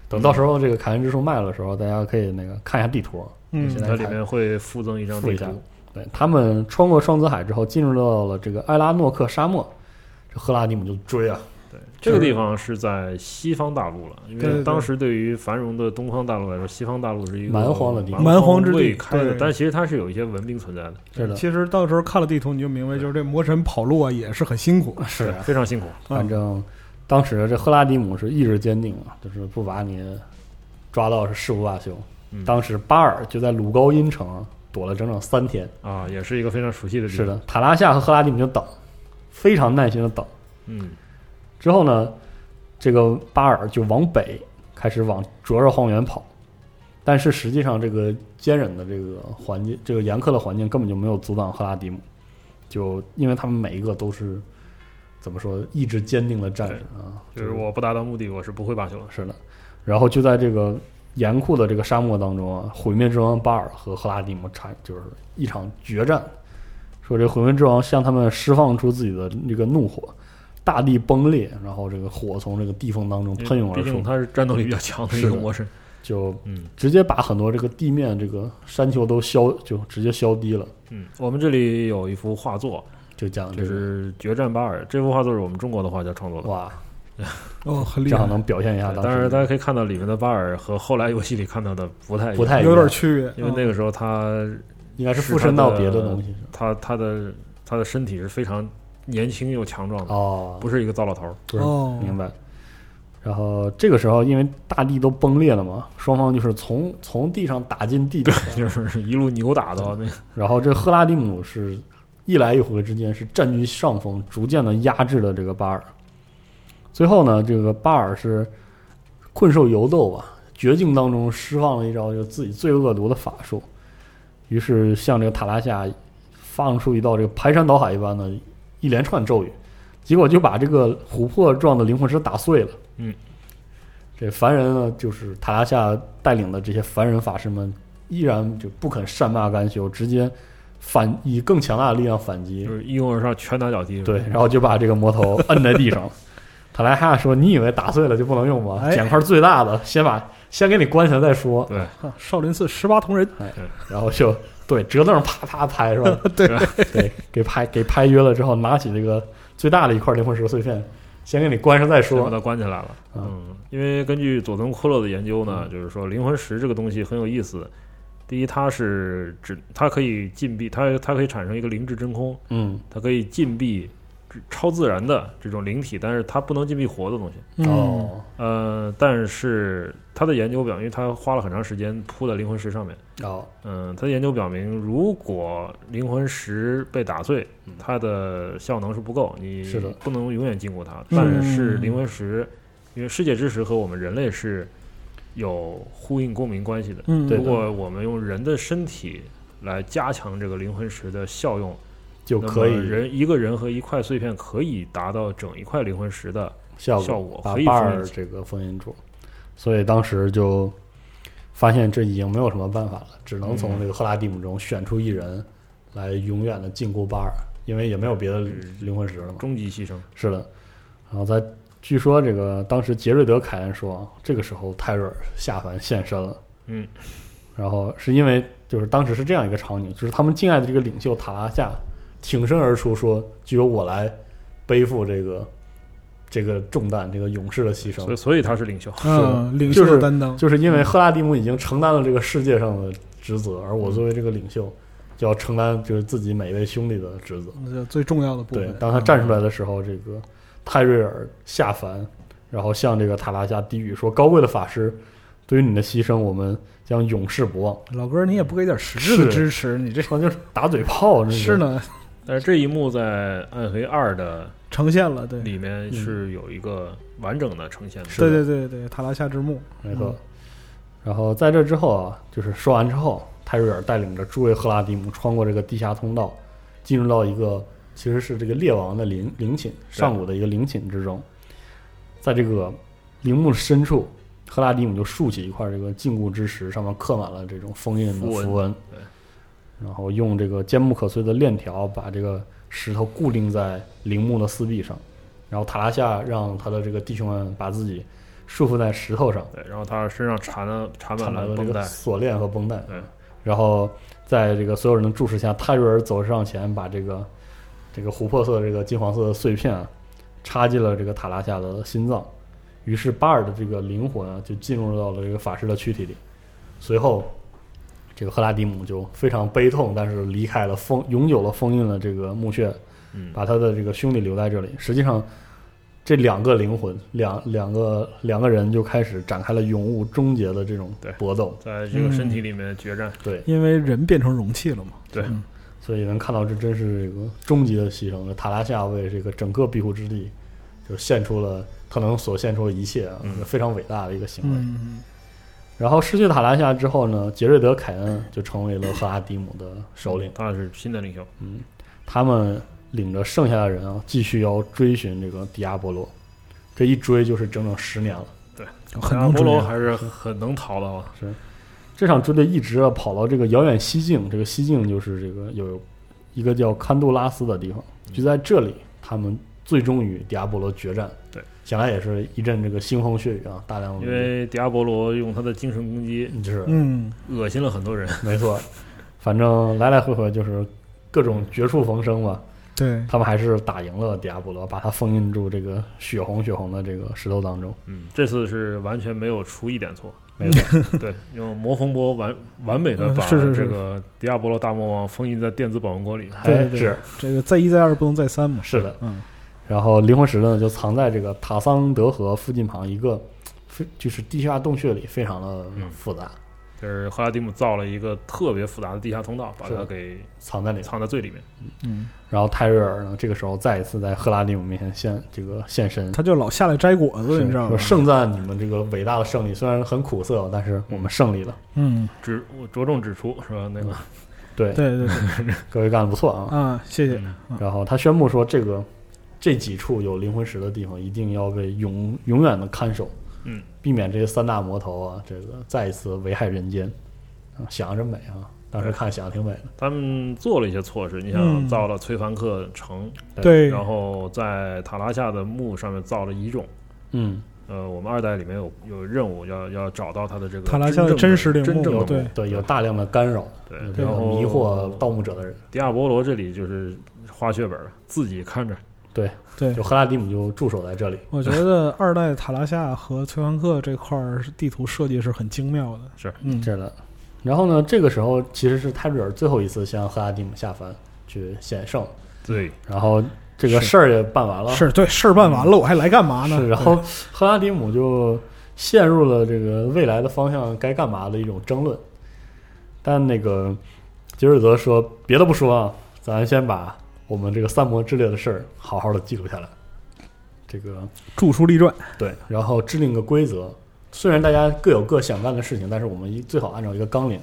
等到时候这个凯恩之树卖了的时候，大家可以那个看一下地图，啊嗯现，在它里面会附赠一张复地一下图，。对他们穿过双子海之后，进入到了这个埃拉诺克沙漠，这赫拉迪姆就追啊，对，这个地方是在西方大陆了，因对对为对当时对于繁荣的东方大陆来说，西方大陆是一个蛮荒的地方蛮荒之地未开的对，但其实它是有一些文明存在的，是的，其实到时候看了地图，你就明白，就是这魔神跑路啊，也是很辛苦。是啊非常辛苦。反正当时这赫拉迪姆是意志坚定啊，就是不把你抓到是誓不罢休。嗯当时巴尔就在鲁高因城躲了整整三天。啊，也是一个非常熟悉的地是方。，的，塔拉夏和赫拉迪姆就等，非常耐心的等。嗯，之后呢，这个巴尔就往北开始往灼热荒原跑，但是实际上这个坚忍的这个环境，这个严苛的环境根本就没有阻挡赫拉迪姆，就因为他们每一个都是怎么说意志坚定的战士啊，就是我不达到目的，我是不会罢休的。是的，然后就在这个严酷的这个沙漠当中啊，毁灭之王巴尔和赫拉迪姆产就是一场决战。说这毁灭之王向他们释放出自己的这个怒火，大地崩裂，然后这个火从这个地缝当中喷涌而嗯毕出竟，它是战斗力比较强的一是个的模式。就嗯直接把很多这个地面这个山丘都削，就直接削低了。嗯，我们这里有一幅画作，就讲就这个是《决战巴尔》这幅画作是我们中国的画家创作的。哇，哦，很厉正好害，能表现一下对当当然，时大家可以看到里面的巴尔和后来游戏里看到的不太一样不太一样有点区别。因为那个时候他应该是附身到别的东西他他的他的身体是非常年轻又强壮的，哦，不是一个糟老头儿。不是哦，明白。然后这个时候，因为大地都崩裂了嘛，双方就是从从地上打进地底。 就是一路扭打哦到那个，然后这赫拉迪姆是一来一回之间是占据上风，逐渐的压制了这个巴尔。最后呢，这个巴尔是困兽犹斗吧，绝境当中释放了一招就自己最恶毒的法术，于是向这个塔拉夏放出一道这个排山倒海一般的一连串咒语，结果就把这个琥珀状的灵魂石打碎了。嗯，这凡人呢，就是塔拉夏带领的这些凡人法师们，依然就不肯善罢甘休，直接反以更强大的力量反击就。是一拥而上，拳打脚踢。对，然后就把这个魔 头摁在地上了。塔拉夏说：“你以为打碎了就不能用吗？哎捡块最大的，先把先给你关起来再说。”对，啊少林寺十八铜人，然后就对折凳啪啪拍是吧？对对，给拍给拍约了之后，拿起这个最大的一块灵魂石碎片，先给你关上再先把说。他关起来了。啊嗯，因为根据佐藤库洛的研究嗯呢，就是说灵魂石这个东西很有意思。第一，它是指它可以禁闭，它它可以产生一个灵智真空，嗯，它可以禁闭超自然的这种灵体，但是它不能禁闭活的东西。嗯，哦呃，但是他的研究表明，因为他花了很长时间铺在灵魂石上面。哦，嗯，他的研究表明，如果灵魂石被打碎，它的效能是不够，你嗯是的不能永远禁锢它。嗯但是灵魂石，因为世界之石和我们人类是有呼应共鸣关系的。嗯，对如果我们用人的身体来加强这个灵魂石的效用，就那可么以人一个人和一块碎片可以达到整一块灵魂石的效效果把可以巴封印尔这个封印住，所以当时就发现这已经没有什么办法了，只能从嗯这个赫拉蒂姆中选出一人来永远的禁锢巴尔，因为也没有别的灵魂石了嘛。终极牺牲。是的，然后在据说这个当时杰瑞德凯恩说，这个时候泰瑞尔下凡现身了。嗯，然后是因为就是当时是这样一个场景，就是他们敬爱的这个领袖塔拉夏挺身而出说，就由我来背负这个这个重担，这个勇士的牺所以，牲。嗯所以他是领袖。嗯，领就袖是的担当，就是因为赫拉迪姆已经承担了这个世界上的职责，而嗯我作为这个领袖，就要承担就是自己每一位兄弟的职责。那是嗯最重要的部对分，。当他站出来的时候，这个泰瑞尔下凡，然后向这个塔拉加低语说：“高贵的法师，对于你的牺牲，我们将永世不忘。老哥，你也不给点实质是的支持，你”这这就是打嘴炮，这是呢。呢但是这一幕在《暗黑二》的呈现了，对，里面是有一个完整的呈现的。是对对对对，塔拉夏之墓，没错嗯。然后在这之后啊，就是说完之后，泰瑞尔带领着诸位赫拉迪姆穿过这个地下通道，进入到一个其实是这个猎王的陵陵寝，上古的一个陵寝之中。在这个陵墓深处，赫拉迪姆就竖起一块这个禁锢之石，上面刻满了这种封印的符文符文对，然后用这个坚不可摧的链条把这个石头固定在陵墓的四壁上。然后塔拉夏让他的这个弟兄们把自己束缚在石头上，对，然后他身上缠了缠缠满满了了这绷个带，锁链和绷带。嗯然后在这个所有人的注视下，泰瑞尔走上前，把这个这个琥珀色、这个金黄色的碎片啊，插进了这个塔拉夏的心脏，于是巴尔的这个灵魂啊就进入到了这个法师的躯体里。随后，这个赫拉迪姆就非常悲痛，但是离开了封永久的封印了这个墓穴，嗯，把他的这个兄弟留在这里。实际上，这两个灵魂，两两个两个人就开始展开了永无终结的这种对搏斗。在这个身体里面决战，对，因为人变成容器了嘛。对嗯所以能看到这真是这个终极的牺牲。这塔拉夏为这个整个庇护之地，就是献出了他能所献出的一切啊，嗯非常伟大的一个行为。嗯，然后失去塔拉夏之后呢，杰瑞德·凯恩就成为了赫拉迪姆的首领。嗯他是新的领袖，他们领着剩下的人啊，继续要追寻这个迪亚波罗。这一追就是整整十年了。很阿能波追罗啊。还是很能逃的啊，这场追队一直啊跑到这个遥远西境，这个西境就是这个有一个叫堪杜拉斯的地方，嗯就在这里，他们最终与迪亚波罗决战。对，想来也是一阵这个腥风血雨啊，大量的因为迪亚波罗用他的精神攻击就是、嗯，恶心了很多人，没错，反正来来回回就是各种绝处逢生吧。对，他们还是打赢了迪亚波罗，把他封印住这个血红血红的这个石头当中。嗯，这次是完全没有出一点错，没错，对，用魔风波完完美的把嗯是是是这个迪亚波罗大魔王封印在电子保温锅里，还对对是对，这个再一再二不能再三嘛。是的，嗯，然后灵魂石呢就藏在这个塔桑德河附近旁一个非就是地下洞穴里，非常的嗯复杂，就是赫拉迪姆造了一个特别复杂的地下通道，把是它给藏在里头。藏在最里面。嗯，然后泰瑞尔呢，这个时候再一次在赫拉利姆面前现这个现身，他就老下来摘果子，是你知道说吗？盛赞你们这个伟大的胜利，虽然很苦涩，但是我们胜利了。嗯，指我着重指出是吧？那嗯个对，对对对各位干得不错啊。啊，谢谢。嗯然后他宣布说，这个这几处有灵魂石的地方一定要被永永远的看守，嗯，避免这些三大魔头啊，这个再一次危害人间。啊，想着美啊，当时看想的挺美的。他们做了一些措施，你嗯想造了崔凡克城，对，然后在塔拉夏的墓上面造了遗种。嗯，呃，我们二代里面有有任务要要找到他的这个塔拉夏的真真实陵墓真正的对墓对，有大量的干扰，对有，这然个后迷惑盗墓者的人。迪亚波罗这里就是花血本了，自己看着。对，对就，赫拉迪姆就驻守在这里。我觉得二代塔拉夏和崔凡克这块儿是地图设计是很精妙的。是，嗯，是的。然后呢，这个时候其实是泰瑞尔最后一次向赫拉迪姆下凡去险胜，对，然后这个是事儿也办完了，是对事儿办完了，我还来干嘛呢？是，然后赫拉迪姆就陷入了这个未来的方向该干嘛的一种争论。但那个吉尔德说，别的不说啊，咱先把我们这个三魔之类的事儿好好的记录下来。这个著书立传，对，然后制定个规则，虽然大家各有各想干的事情，但是我们一最好按照一个纲领，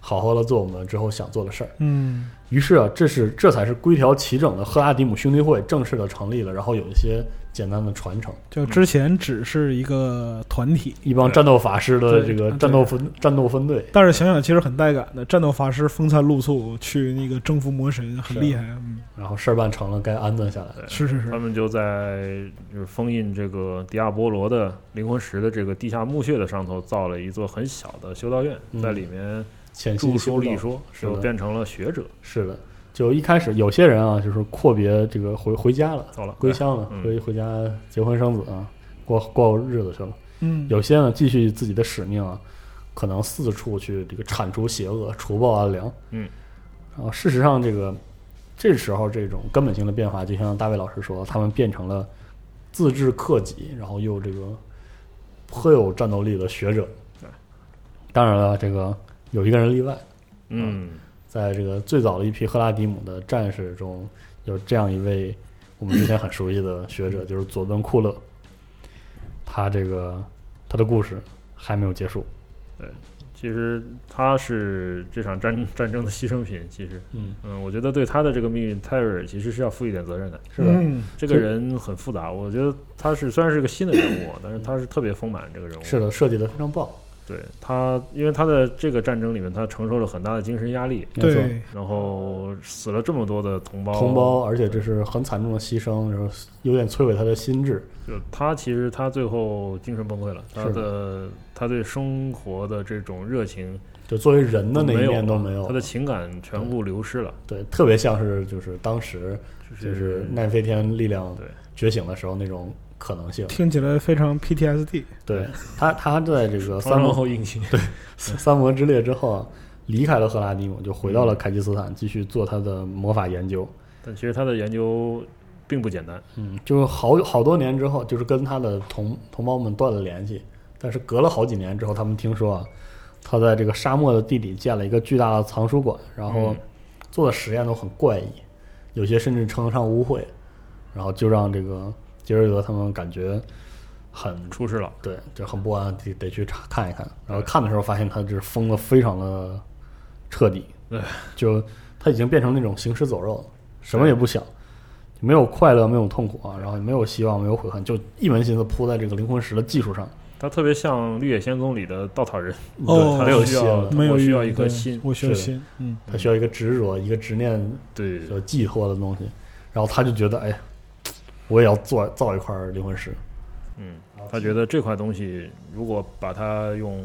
好好的做我们之后想做的事儿。嗯，于是啊，这是这才是规条齐整的赫拉迪姆兄弟会正式的成立了，然后有一些简单的传承。就之前只是一个团体，一帮战斗法师的对这个对战斗分战斗分队，但是想想其实很带感的，战斗法师风餐露宿去那个征服魔神，很是厉害。嗯，然后事儿办成了，该安顿下来了。是是他是，们就在就是封印这个迪亚波罗的灵魂石的这个地下墓穴的上头造了一座很小的修道院，嗯在里面潜心著修书立道，说，是的就变成了学者，是的，就一开始有些人啊，就是阔别这个回回家了，到了归乡了，嗯回回家结婚生子啊，过过日子去了。嗯，有些呢，继续自己的使命啊，可能四处去这个铲除邪恶，除暴安良。嗯，然后事实上，这个这时候这种根本性的变化，就像大卫老师说，他们变成了自制克己，然后又这个颇有战斗力的学者对。当然了，这个有一个人例外，嗯，在这个最早的一批赫拉迪姆的战士中，有这样一位我们之前很熟悉的学者，就是佐敦库勒。他这个他的故事还没有结束。其实他是这场战 战争的牺牲品。其实，嗯，嗯，我觉得对他的这个命运，泰瑞尔其实是要负一点责任的。是的，嗯这个人很复杂，我觉得他是虽然是个新的人物，但是他是特别丰满这个人物。是的，设计的非常棒。对他，因为他的这个战争里面，他承受了很大的精神压力，没错对，然后死了这么多的同胞，同胞，而且这是很惨重的牺牲，然后有点摧毁他的心智。就他其实他最后精神崩溃了，他是的他对生活的这种热情就作为人的那没一有面都没有，他的情感全部流失了，对，特别像是就是当时就就是是奈飞天力量对觉醒的时候那种可能性。听起来非常 PTSD。对他，他在这个创 三伤魔后应激，三魔之裂之后啊，离开了赫拉迪姆，就回到了凯吉斯坦，继续做他的魔法研究。但其实他的研究并不简单。嗯，就是好好多年之后，就是跟他的同同胞们断了联系，但是隔了好几年之后，他们听说啊，他在这个沙漠的地底建了一个巨大的藏书馆，然后嗯做的实验都很怪异，有些甚至称得上污秽，然后就让这个杰瑞德他们感觉很出事了，对，就很不安，得得去查看一看。然后看的时候发现他这疯的非常的彻底对，就他已经变成那种行尸走肉了，什么也不想，没有快乐，没有痛苦啊，然后也没有希望，没有悔恨，就一门心思扑在这个灵魂石的技术上。他特别像《绿野仙踪》里的稻草人，哦他没有需希要望，没有我需欲要望一颗对心，我需要是的心。嗯，他需要一个执着，一个执念对，所寄托的东西。然后他就觉得，哎，我也要做造一块灵魂石。嗯，他觉得这块东西如果把它用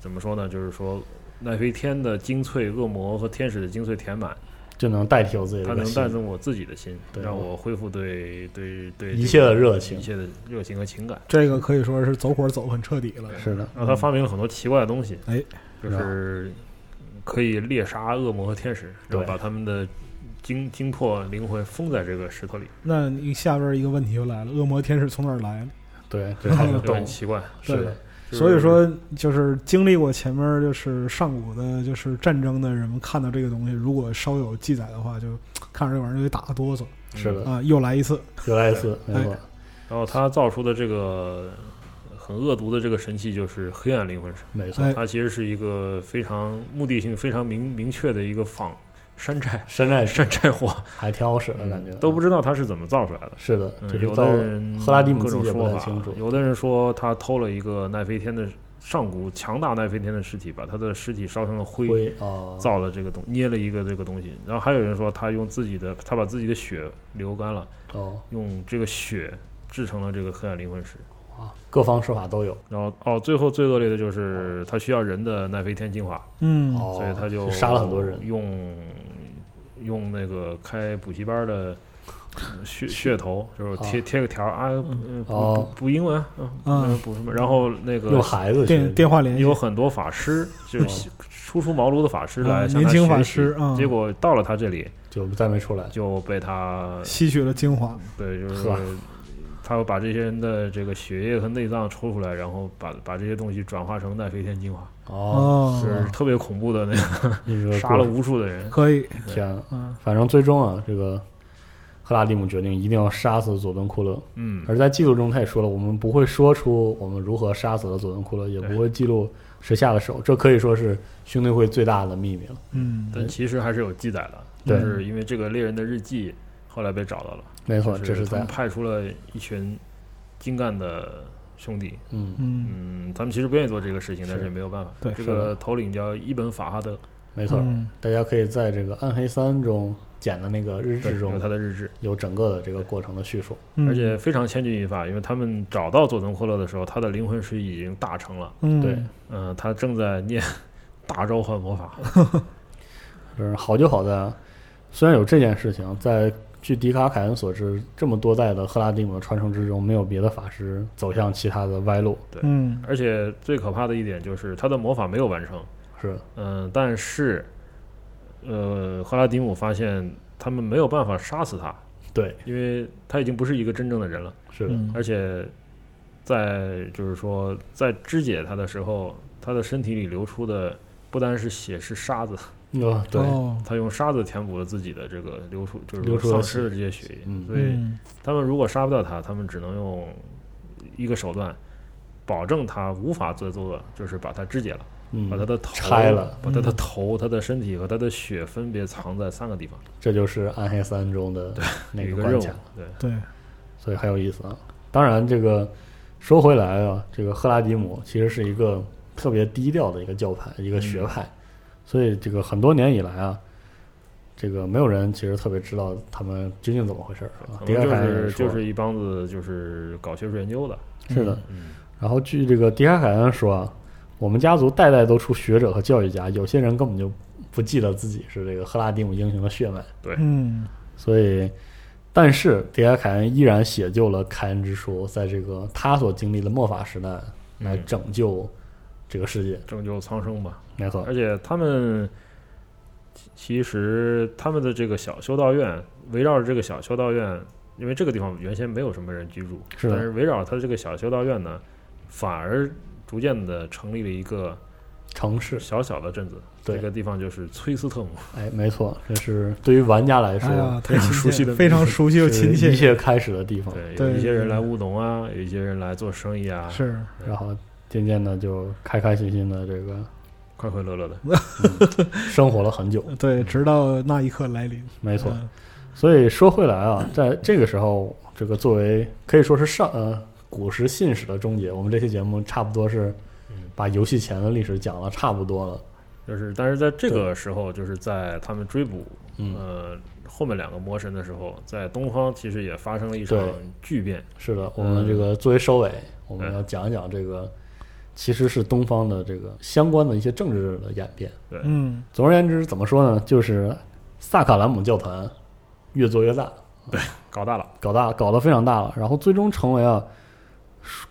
怎么说呢，就是说奈飞天的精粹、恶魔和天使的精粹填满，就能代替我自己它的能带心动我自己的心，对让我恢复对对对一切的热这个情一。切的热情和情感。这个可以说是走火走很彻底了。是的，然后他发明了很多奇怪的东西，哎，就是可以猎杀恶魔和天使，然后对把他们的精精魄灵魂封在这个石头里，那你下边一个问题就来了：恶魔天使从哪儿来？对，这还是就懂很。奇怪。是的，就是所以说，就是经历过前面就是上古的，就是战争的人们看到这个东西，如果稍有记载的话，就看着这玩意儿就得打个哆嗦是的，啊！又来一次，又来一次，没错。然后他造出的这个很恶毒的这个神器就是黑暗灵魂石，没错，哎，它其实是一个非常目的性非常明明确的一个仿山寨山寨 山寨货，还挺好使的感觉，嗯都不知道它是怎么造出来的。是的，嗯这是有到的人赫拉迪姆各自种己也不说太法清楚，有的人说他偷了一个奈飞天的上古强大奈飞天的尸体，把他的尸体烧成了灰，灰啊，造了这个东捏了一个这个东西。然后还有人说他用自己的，他把自己的血流干了，哦用这个血制成了这个黑暗灵魂石。啊，各方说法都有，然后哦，最后最恶劣的就是他需要人的奈飞天精华，嗯，哦，所以他就杀了很多人，用用那个开补习班的噱噱头，就是贴啊贴个条儿啊，嗯哦补补英文，嗯啊嗯，补什么？然后那用个孩子电去电话联系有很多法师，哦就是初出茅庐的法师啊来向年他轻学法习师啊结果到了他这里就再没出来，就被他吸取了精华，对，就是呵他会把这些人的这个血液和内脏抽出来，然后把把这些东西转化成奈飞天精华，哦，哦，就是特别恐怖的那个，啊一个杀了故无数的人。可以，事天啊，嗯，反正最终啊，这个赫拉迪姆决定一定要杀死佐敦库勒，嗯，而在记录中他也说了，我们不会说出我们如何杀死了佐敦库勒，也对不会记录谁下的手，这可以说是兄弟会最大的秘密了，嗯，但其实还是有记载的，对就是因为这个猎人的日记后来被找到了，没错，哦这就是他在们派出了一群精干的兄弟，嗯，嗯，嗯，他们其实不愿意做这个事情，是但是也没有办法。对这是个的头领叫伊本法哈德，没错。嗯，大家可以在这个《暗黑三》中剪的那个日对志有中他的日志，有整个的这个过程的叙述。嗯而且非常千钧一发，因为他们找到佐藤阔勒的时候，他的灵魂石已经大成了，嗯，对，嗯、他正在念 大召唤魔法，就是好就好在啊，虽然有这件事情，在据迪卡凯恩所知，这么多代的赫拉蒂姆的传承之中，没有别的法师走向其他的歪路，嗯，而且最可怕的一点就是他的魔法没有完成，是嗯、但是，呃，赫拉迪姆发现他们没有办法杀死他，对，因为他已经不是一个真正的人了。是的，嗯而且在就是说在肢解他的时候，他的身体里流出的不单是血，是沙子，哦，对，哦他用沙子填补了自己的这个流出，就是流出的丧失的这些血液。嗯所以嗯他们如果杀不掉他，他们只能用一个手段。保证他无法再作恶，就是把他肢解了，把他嗯，的头拆了，把他的嗯头、他的身体和他的血分别藏在三个地方，这就是《暗黑三》中的嗯那有一个个关任务卡，。对，对，所以很有意思啊。当然，这个说回来啊，这个赫拉迪姆其实是一个特别低调的一个教派，一个学嗯派，所以这个很多年以来啊，这个没有人其实特别知道他们究竟怎么回事儿啊。可迪能卡就凯恩是说就是一帮子就是搞学术研究的，是的。嗯，然后据这个迪卡凯恩说啊，我们家族代代都出学者和教育家，有些人根本就不记得自己是这个赫拉迪姆英雄的血脉，嗯，所以但是迪迦凯恩依然写就了凯恩之书，在这个他所经历的末法时代来嗯拯救这个世界。拯救苍生吧。没错，而且他们其其实他们的这个小修道院，围绕着这个小修道院，因为这个地方原先没有什么人居住，是的但是围绕它这个小修道院呢，反而逐渐的成立了一个城市，小小的镇子。对这个地方就是崔斯特姆，哎，没错，这是对于玩家来说、哎呀，太非亲常 熟切悉的了非常熟悉又是亲一切，切开始的地方。对，对有一些对人对来务农啊，有一些人来做生意啊，是然后渐渐的就开开心心的这个、快快乐乐的。生活了很久。对，直到那一刻来临，没没错，所以说回来啊，在这个时候，这个作为可以说是上呃古时信史的终结，我们这期节目差不多是嗯把游戏前的历史讲的差不多了。就是，但是在这个时候，就是在他们追捕嗯呃后面两个魔神的时候，在东方其实也发生了一场对巨变。是的，我们这个作为收尾，我们要讲一讲这个其实是东方的这个相关的一些政治的演变。对，嗯，总而言之，怎么说呢，就是萨卡兰姆教团越做越大，搞大了。搞大搞得非常大了，然后最终成为啊，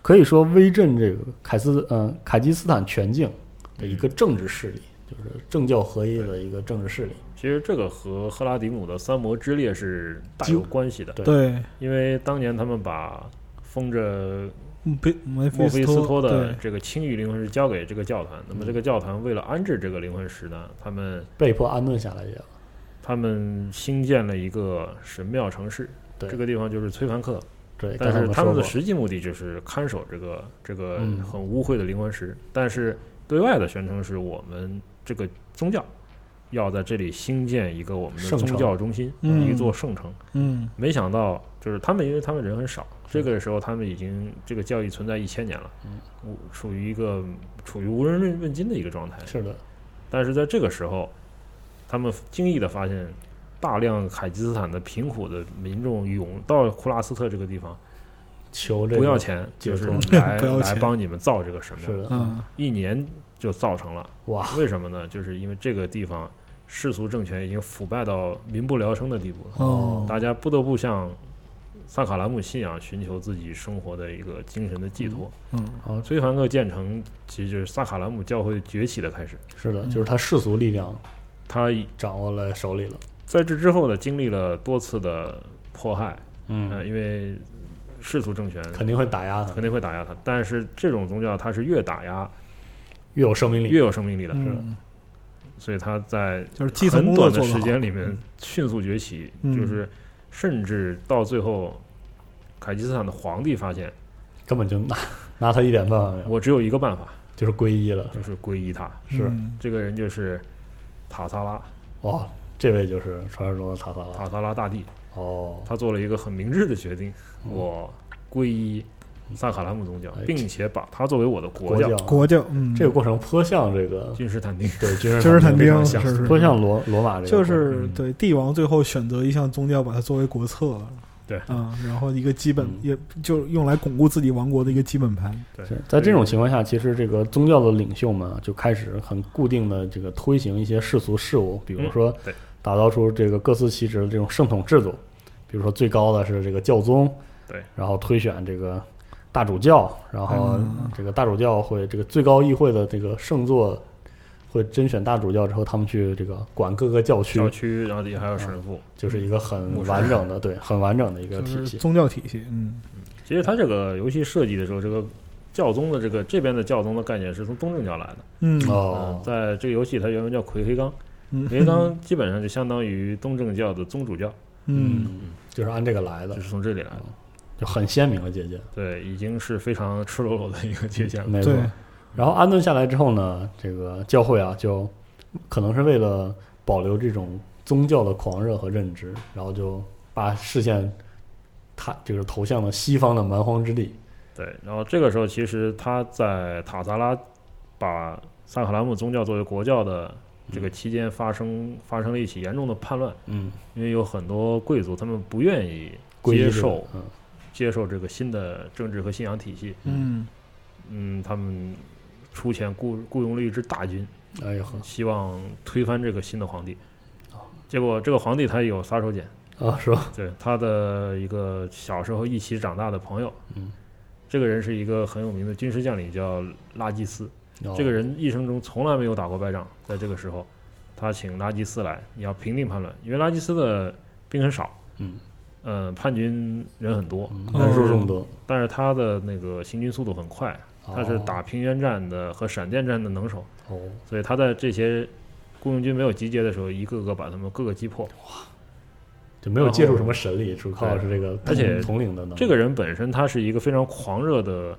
可以说威震这个凯斯嗯、凯基斯坦全境的一个嗯政治势力，就是政教合一的一个政治势力。其实这个和赫拉迪姆的三魔之列是大有关系的，对对，因为当年他们把封着嗯贝墨墨菲斯托托的对，这个青玉灵魂石交给这个教团，那么这个教团为了安置这个灵魂石呢，他们被迫安顿下来也了。他们新建了一个神庙城市，对这个地方就是崔凡克，对，但刚才是我他们的说过实际目的就是看守这个这个嗯很污秽的灵魂石，但是对外的宣称是我们这个宗教要在这里兴建一个我们的圣城宗教中心，嗯一座圣城。嗯，没想到就是他们，因为他们人很少，这个时候他们已经这个教义存在一千年了，嗯无处于一个处于无人问问津的一个状态。是的，但是在这个时候，他们惊异的发现，大量凯吉斯坦的贫苦的民众涌到库拉斯特这个地方。求这个不要钱，解就是脱 来不要来钱帮你们造这个神是庙，的，嗯，一年就造成了。哇，为什么呢？就是因为这个地方世俗政权已经腐败到民不聊生的地步了，哦，大家不得不向萨卡兰姆信仰寻求自己生活的一个精神的寄托。嗯，崔凡克建成其实就是萨卡兰姆教会崛起的开始。是的，就是他世俗力量他掌握了手里了。在这之后呢，经历了多次的迫害，嗯，呃，因为世俗政权肯定会打压他肯，定会打压他，但是这种宗教它是越打压越有生命力越。有生命力的，嗯，所以他在就是基层很工作短做的得好时间里面迅速崛起，嗯就是甚至到最后，凯吉斯坦的皇帝发现根本就拿拿他一点办法没有，我只有一个办法，就是皈依了。就是皈依他。是嗯这个人就是塔萨啊拉，哇，这位就是传说中的塔萨拉塔萨拉大帝，哦，他做了一个很明智的决定，我皈依萨卡拉姆宗教嗯哎，并且把它作为我的国教教。国教，嗯，这个过程颇像这个君士坦丁，对君士君士坦非常丁像是是颇像罗罗马这个就过程，是嗯对帝王最后选择一项宗教，把它作为国策了。对啊，然后一个基本嗯也就用来巩固自己王国的一个基本盘。对是在这种情况下，其实这个宗教的领袖们啊就开始很固定的这个推行一些世俗事务，比如嗯说对打造出这个各司其职的这种圣统制度，比如说最高的是这个教宗，对，然后推选这个大主教，然后嗯这个大主教会这个最高议会的这个圣座会甄选大主教之后，他们去这个管各个教区，教区，然后底下还有神父。就是一个很牧师完整的对很完整的一个就体是系，宗教体系，嗯，其实他这个游戏设计的时候，这个教宗的这个这边的教宗的概念是从东正教来的。嗯哦嗯，在这个游戏它原文叫奎黑纲，嗯，奎黑纲 基本上就相当于东正教的宗主教，嗯，就是按这个来的就，是从这里来哦的。就很鲜明的借鉴，对，已经是非常 赤裸裸的一个界限了。没错对。，然后安顿下来之后呢，这个教会啊，就可能是为了保留这种宗教的狂热和认知，然后就把视线他这个投向了西方的蛮荒之地。 对，然后这个时候其实他在塔萨拉把萨克拉姆宗教作为国教的这个期间发生发生了一起严重的叛乱，嗯，因为有很多贵族他们不愿意皈依接这个受嗯接受这个新的政治和信仰体系，嗯，嗯，他们出钱雇雇佣了一支大军，哎呦呵希望推翻这个新的皇帝。结果这个皇帝他有杀手锏，啊，是吧？对他的一个小时候一起长大的朋友，嗯，这个人是一个很有名的军事将领，叫拉基斯。嗯这个人人一生中从来没有打过败仗，在这个时候，他请拉基斯来，你要评定判断，因为拉基斯的兵很少，嗯，呃，叛军人很多，人数众多，但是他的那个行军速度很快，哦他是打平原战的和闪电战的能手，哦，所以他在这些雇佣军没有集结的时候，一个个把他们各个击破。哦就没有借助什么神力，主靠的是这个而且统领的能力。这个人本身他是一个非常狂热的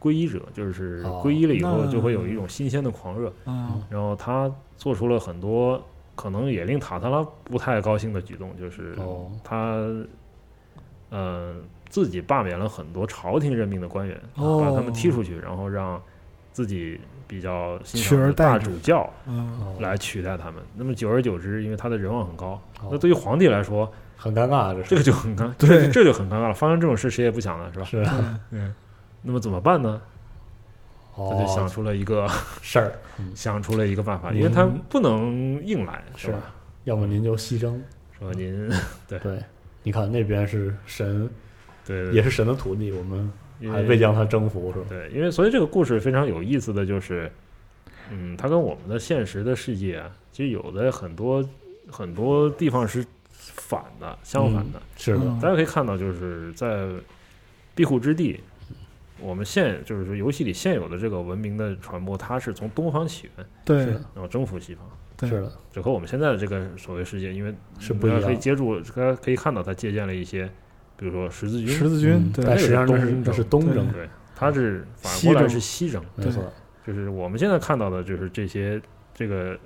皈依者，就是哦皈依了以后那就会有一种新鲜的狂热，啊，然后他做出了很多可能也令塔特拉不太高兴的举动，就是哦他，呃，自己罢免了很多朝廷任命的官员，哦把他们踢出去，然后让自己比较欣取赏而的代大之主教嗯，哦来取代他们。那么久而久之，因为他的人望很高，哦那对于皇帝来说，很尴尬，啊这是这个就 很尴，对这就这就很尴尬了。发生这种事，谁也不想了，是吧？是啊吧嗯。那么怎么办呢？他就想哦出了一个、 事儿，想出了一个办法，因为他嗯不能硬来，是吧？要么您就牺牲。说您对，你看那边是神，对也是神的土地，我们因还为未将它征服，是吧？对，因为所以这个故事非常有意思的就是，嗯，它跟我们的现实的世界啊，其实有的很多很多地方是反的，相反的。是的，嗯大家可以看到，就是在庇护之地，我们现就是说游戏里现有的这个文明的传播，它是从东方起源，是对的然后征服西方。对是的，这和我们现在的这个所谓世界，因为是不一大样家的可以。接触，大家可以看到它借鉴了一些，比如说十字军，十字嗯军，对但实际上这那个是是东这是东征，对，它是反过西来征是西征。没错，就是我们现在看到的，就是这些这个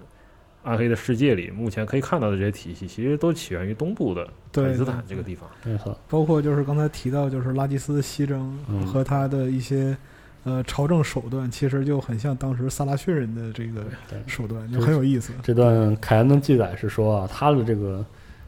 暗黑的世界里，目前可以看到的这些体系，其实都起源于东部的凯对斯坦这个地方。没错，包括就是刚才提到，就是拉吉斯的西征嗯和他的一些呃朝政手段，其实就很像当时萨拉逊人的这个对手段，就很有意思。这段凯恩的记载是说啊，他的这个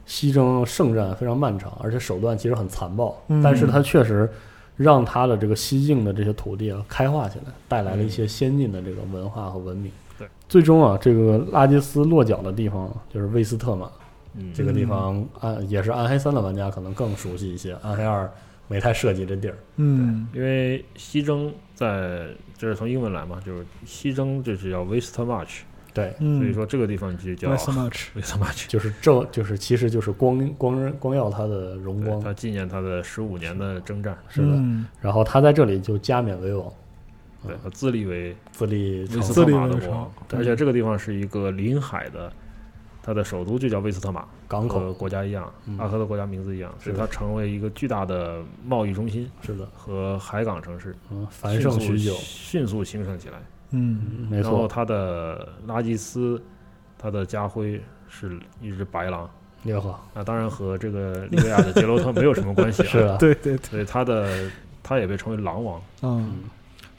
西征圣战非常漫长，而且手段其实很残暴，嗯但是他确实让他的这个西境的这些土地啊开化起来，带来了一些先进的这个文化和文明。对，最终啊，这个拉吉斯落脚的地方就是魏斯特玛嗯，这个地方，暗也是暗黑三的玩家可能更熟悉一些，暗黑二没太涉及这地儿。嗯，因为西征在这是从英文来嘛，就是西征就是叫 Westmarch，、对，嗯，所以说这个地方就叫 less much， Westmarch。就是正就是其实就是光光光耀它的荣对光，他纪念他的十五年的征战，是的。嗯然后他在这里就加冕为王，嗯对他自立为自立威成斯自特立玛为的城国王，对而且这个地方是一个临海的，它的首都就叫威斯特玛，港和口，国家一样嗯，阿科的国家名字一样，是所以的它成为一个巨大的贸易中心是的，和海港城市，嗯，繁盛迅速许久，迅速兴盛起来。嗯，嗯没然后错，它的拉吉斯，它的家徽是一只白狼，你好，那当然和这个利维亚的杰罗特没有什么关系 啊，是的，对对对，所以它的它也被称为狼王，嗯，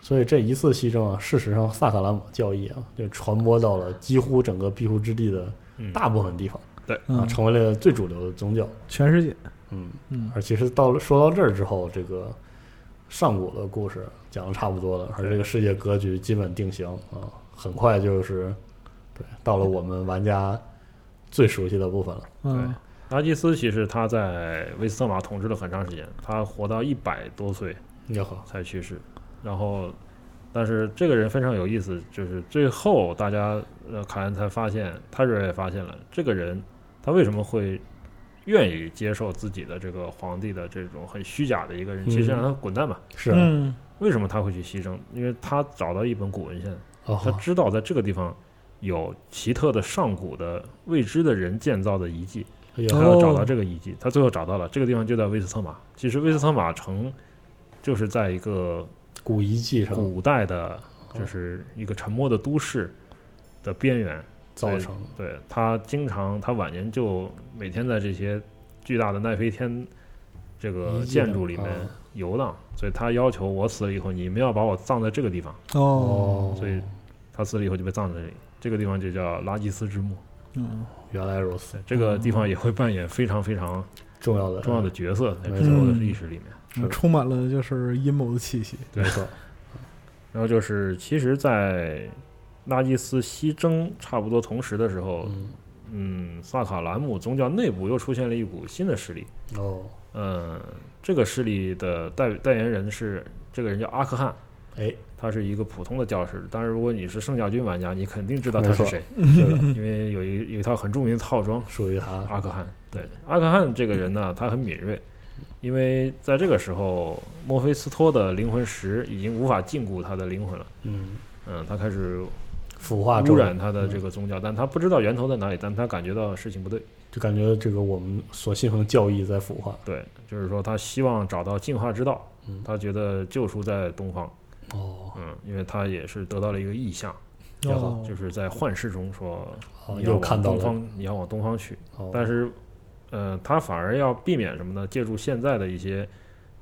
所以这一次西征啊，事实上萨卡拉姆教义啊，就传播到了几乎整个庇护之地的嗯大部分地方啊，嗯，成为了最主流的宗教，全世界，嗯，嗯，而其实到了说到这儿之后，这个上古的故事讲的差不多了，而这个世界格局基本定型啊，很快就是对到了我们玩家最熟悉的部分了。嗯，拉吉斯其实他在威斯特玛统治了很长时间，他活到一百多岁，你好，才去世。然后，但是这个人非常有意思，就是最后大家呃，凯恩才发现，泰瑞尔也发现了这个人，他为什么会愿意接受自己的这个皇帝的这种很虚假的一个人？嗯其实让他滚蛋吧。是啊嗯，为什么他会去牺牲？因为他找到一本古文献，他哦，知道在这个地方有奇特的上古的未知的人建造的遗迹，哎他呦，要找到这个遗迹，他最后找到了，这个地方就在威斯特玛。其实威斯特玛城就是在一个古遗迹上古代的，嗯就是一个沉默的都市的边缘。造成的，对他经常，他晚年就每天在这些巨大的奈飞天这遗迹个的建筑里面啊游荡，所以他要求我死了以后，你们要把我葬在这个地方。哦，哦，所以他死了以后就被葬在这里，这个地方就叫拉吉斯之墓。嗯，原来如此，对，这个地方也会扮演非常非常哦重要的重要的角色在没之后的错历史里面。是嗯充满了就是阴谋的气息，没错，然后就是，其实，在拉吉斯西征差不多同时的时候，嗯，嗯，萨卡兰姆宗教内部又出现了一股新的势力。哦，嗯，这个势力的代代言人是这个人叫阿克汉，哎，他是一个普通的教师。但是如果你是圣甲军玩家，你肯定知道他没是错谁，是的，因为有一有一套很著名的套装属于他，阿克汉。对，嗯阿克汉这个人呢，他很敏锐，因为在这个时候，墨菲斯托的灵魂石已经无法禁锢他的灵魂了。嗯，嗯，他开始腐化污周染他的这个宗教，但他不知道源头在哪里，但他感觉到事情不对。就感觉这个我们所信奉的教义在腐化。对，就是说他希望找到进化之道嗯，他觉得救赎在东方。哦，嗯，因为他也是得到了一个意象，然后哦，就是在幻视中说哦你要又看往到东了，方，你要往东方去。哦但是，呃，他反而要避免什么呢？借助现在的一些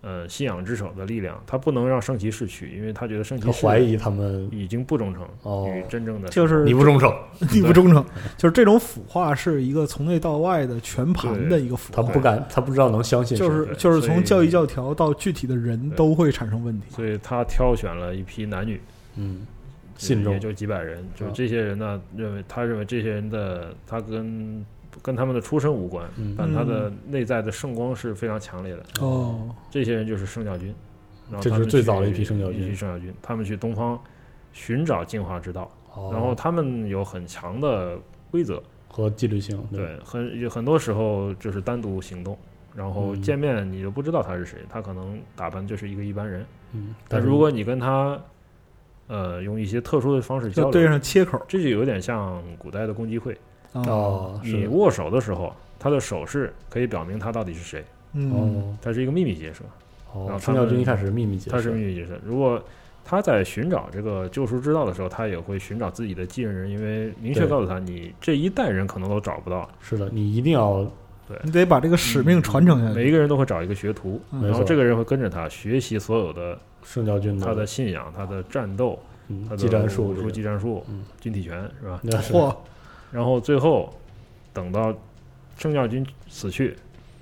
呃信仰之手的力量，他不能让圣骑士去，因为他觉得圣骑他怀士疑他们已经不忠诚哦与真正的就是你不忠诚，地不忠诚，就是这种腐化是一个从内到外的全盘的一个腐他化，不敢，他不知道能相信谁，就是对就是所以从教育教条到具体的人对都会产生问题。所以他挑选了一批男女，嗯，信也众就几百人，就啊这些人呢，认为他认为这些人的他跟跟他们的出身无关，嗯但他的嗯内在的圣光是非常强烈的。哦，这些人就是圣教军，然后这他就是们最去早的一批圣教军一批圣教军，他们去东方寻找进化之道，哦然后他们有很强的规则，和纪律性，吧，对，很有很多时候就是单独行动。然后嗯见面你就不知道他是谁，他可能打扮就是一个一般人，嗯，但是如果你跟他，呃，用一些特殊的方式交要流，对上切口这就有点像古代的共济会，啊，哦，你是握手的时候，他的手势可以表明他到底是谁。嗯，哦他是一个秘密结社，然哦，后圣他教军们一开始是秘密结他是社秘密结社。如果他在寻找这个救赎之道的时候，他也会寻找自己的继任人，因为明确对告诉他，你这一代人可能都找不到，是的，你一定要你得把这个使命传承下每去。一个人都会找一个学徒，嗯然嗯没后错这个人会跟着他学习所有的圣教军他的信仰、他的战斗、嗯他的技战术武这术、个，技战术嗯、军体拳，是吧？那是嚯，然后最后等到圣教军死去，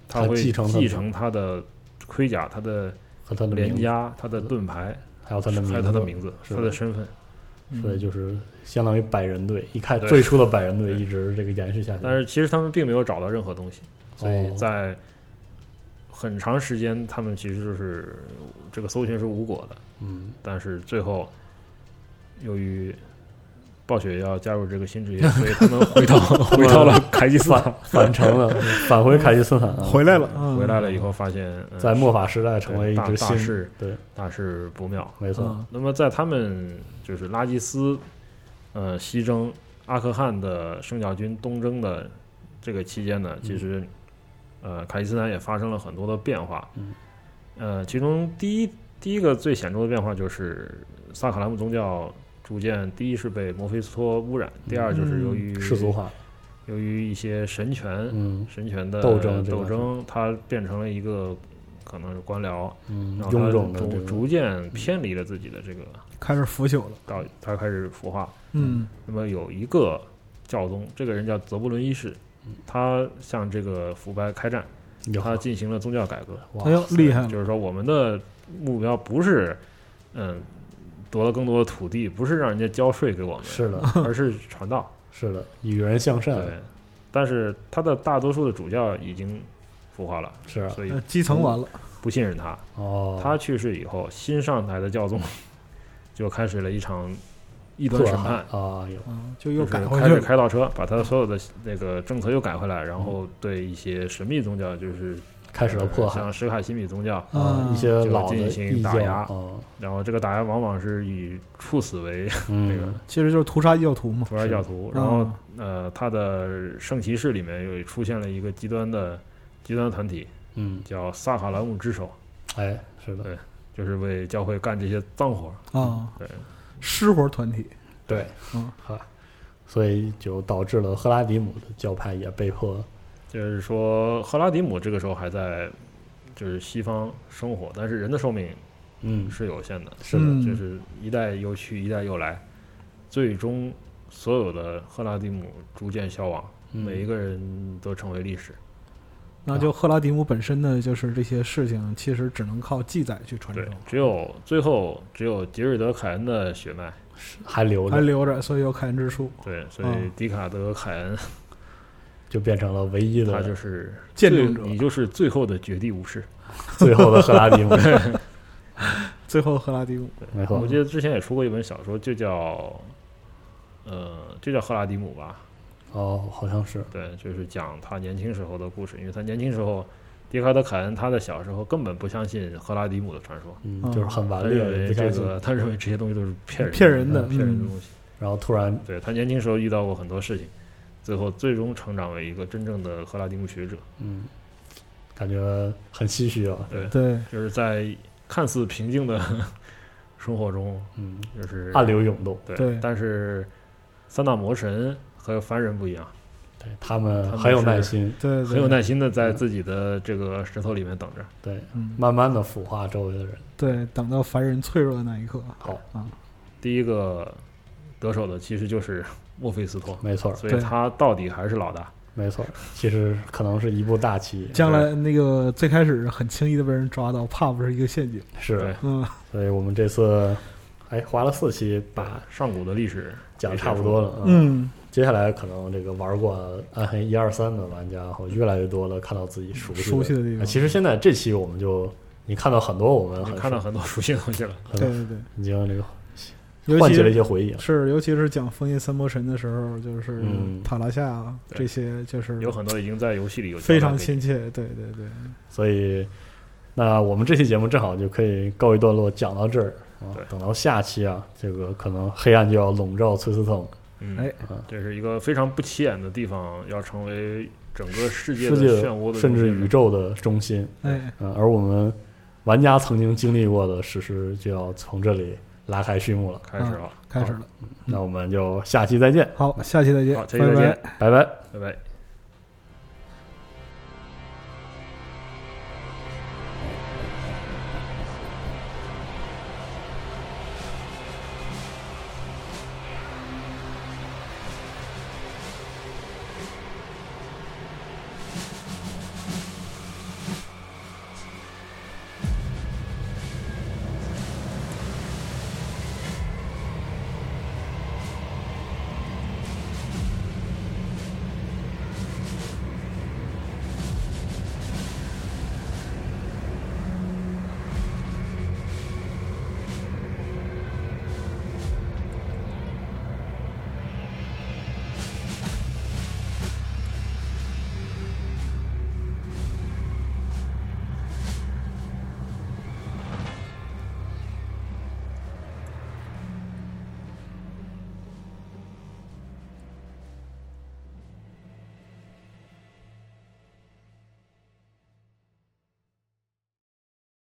他会继承他的继承他的盔甲、他的和他的连名字，枷、他的盾牌，还有他还的名字，有他的名字、是他的的身份。所以嗯就是相当于百人队，一开对最初的百人队对一直这个延续下去。但是其实他们并没有找到任何东西，所以哦在很长时间，他们其实就是这个搜寻是无果的。嗯，但是最后，由于暴雪要加入这个新职业，所以他们回到 回到 了凯基斯坦，返程了， 返回凯西斯坦啊，回来了，嗯回来了以后发现，呃在末法时代成为一大支大新事对，大事不妙。没错，嗯那么在他们就是拉吉斯，呃，西征阿克汗的圣教军东征的这个期间呢，嗯其实，呃，凯西斯坦也发生了很多的变化。嗯，呃，其中第一第一个最显著的变化就是萨卡兰姆宗教逐渐，第一是被摩菲斯托污染，第二就是由于嗯世俗化，由于一些神权嗯神权的斗争这斗个争，它变成了一个可能是官僚。嗯，然后臃他肿的逐这个嗯逐渐偏离了自己的这个开始腐朽了。道，他开始腐化。嗯，那么有一个教宗，这个人叫泽布伦一世，他向这个腐败开战，有他进行了宗教改革。哇哎呦，厉害了，就是说，我们的目标不是，嗯，夺了更多的土地，不是让人家交税给 我们，是的，而是传道。是的，与人向善对，但是他的大多数的主教已经腐化了，是啊所以呃基层完了，不信任他。哦，他去世以后，新上台的教宗 就开始了一场异端审判。啊，有嗯，就又就是改哦回开去始了。开倒车，把他所有的那个政策又改回来，然后对一些神秘宗教，就是开始了迫害像史卡西米宗教，啊，嗯一些就老的进行异教打压啊，然后这个打压往往是以处死为 嗯，这个其实就是屠杀异教徒嘛。嗯啊屠杀教徒，是然后呃，他的圣骑士里面又出现了一个极端的极端团体，嗯，叫萨卡兰姆之手，哎，是的，就是为教会干这些脏活儿。啊，嗯对，失活团体，对， 嗯哈，所以就导致了赫拉迪姆的教派也被迫就是说赫拉迪姆这个时候还在就是西方生活，但是人的寿命嗯是有限的，是的，嗯就是一代又去，一代又来，最终所有的赫拉蒂姆逐渐消亡，嗯每一个人都成为历史。那啊就赫拉迪姆本身的就是这些事情，其实只能靠记载去传对承，，只有最后只有杰瑞德·凯恩的血脉。还留还着，留着，所以有凯恩之书。对，所以嗯迪卡德·凯恩就变成了唯一他的就是见证者最你就是最后的绝地武士。最后的赫拉 迪姆。最后赫拉迪姆没错我，记得之前也出过一本小说，就叫呃，就叫赫拉迪姆吧。哦，好像是，对，就是讲他年轻时候的故事，因为他年轻时候。迪卡德·凯恩，他的小时候根本不相信赫拉迪姆的传说，嗯，嗯就是很他顽认劣，为不这相信。个，他认为这些东西都是骗人、骗人的骗人的嗯东西。然后突然，对他年轻时候遇到过很多事情，最后最终成长为一个真正的赫拉迪姆学者。嗯，感觉很唏嘘啊。对，对就是在看似平静的 生活中，嗯，就是暗流涌动，对，对但是三大魔神和凡人不一样，对他他们们很有是耐心，对，很对有耐心的在自己的这个石头里面等着。对，嗯慢慢的腐化周围的人。对，等到凡人脆弱的那一刻，好，第一个得手的其实就是墨菲斯托，没错，所以对他到底还是老大。没错，其实可能是一步大棋，将来那个最开始很轻易的被人抓到，怕不是一个陷阱。是对，嗯，所以我们这次，哎，花了四期把上古的历史讲的差不多了，啊，嗯，接下来可能这个玩过《暗黑一二三》的玩家会越来越多了，看到自己熟悉熟悉的地方啊其实现在这期我们就你看到很多我们你很看到很多熟悉的东西了。对对对，已经这个尤唤其起了一些回忆啊，是尤其是讲枫叶三魔神的时候，就是嗯帕拉夏啊对这些，就是有很多已经在游戏里有非常交代给亲切。对对对，所以那我们这期节目正好就可以告一段落，讲到这儿啊对。等到下期啊，这个可能黑暗就要笼罩崔斯特姆，你，嗯，哎这是一个非常不起眼的地方，要成为整个世界世的界漩涡的甚至中心宇宙的中心。哎，嗯，而我们玩家曾经经历过的史诗就要从这里拉开序幕了。开始了。开始了。那我们就下期再见，好，下期再见，好，下期拜拜再见。，拜拜。拜拜。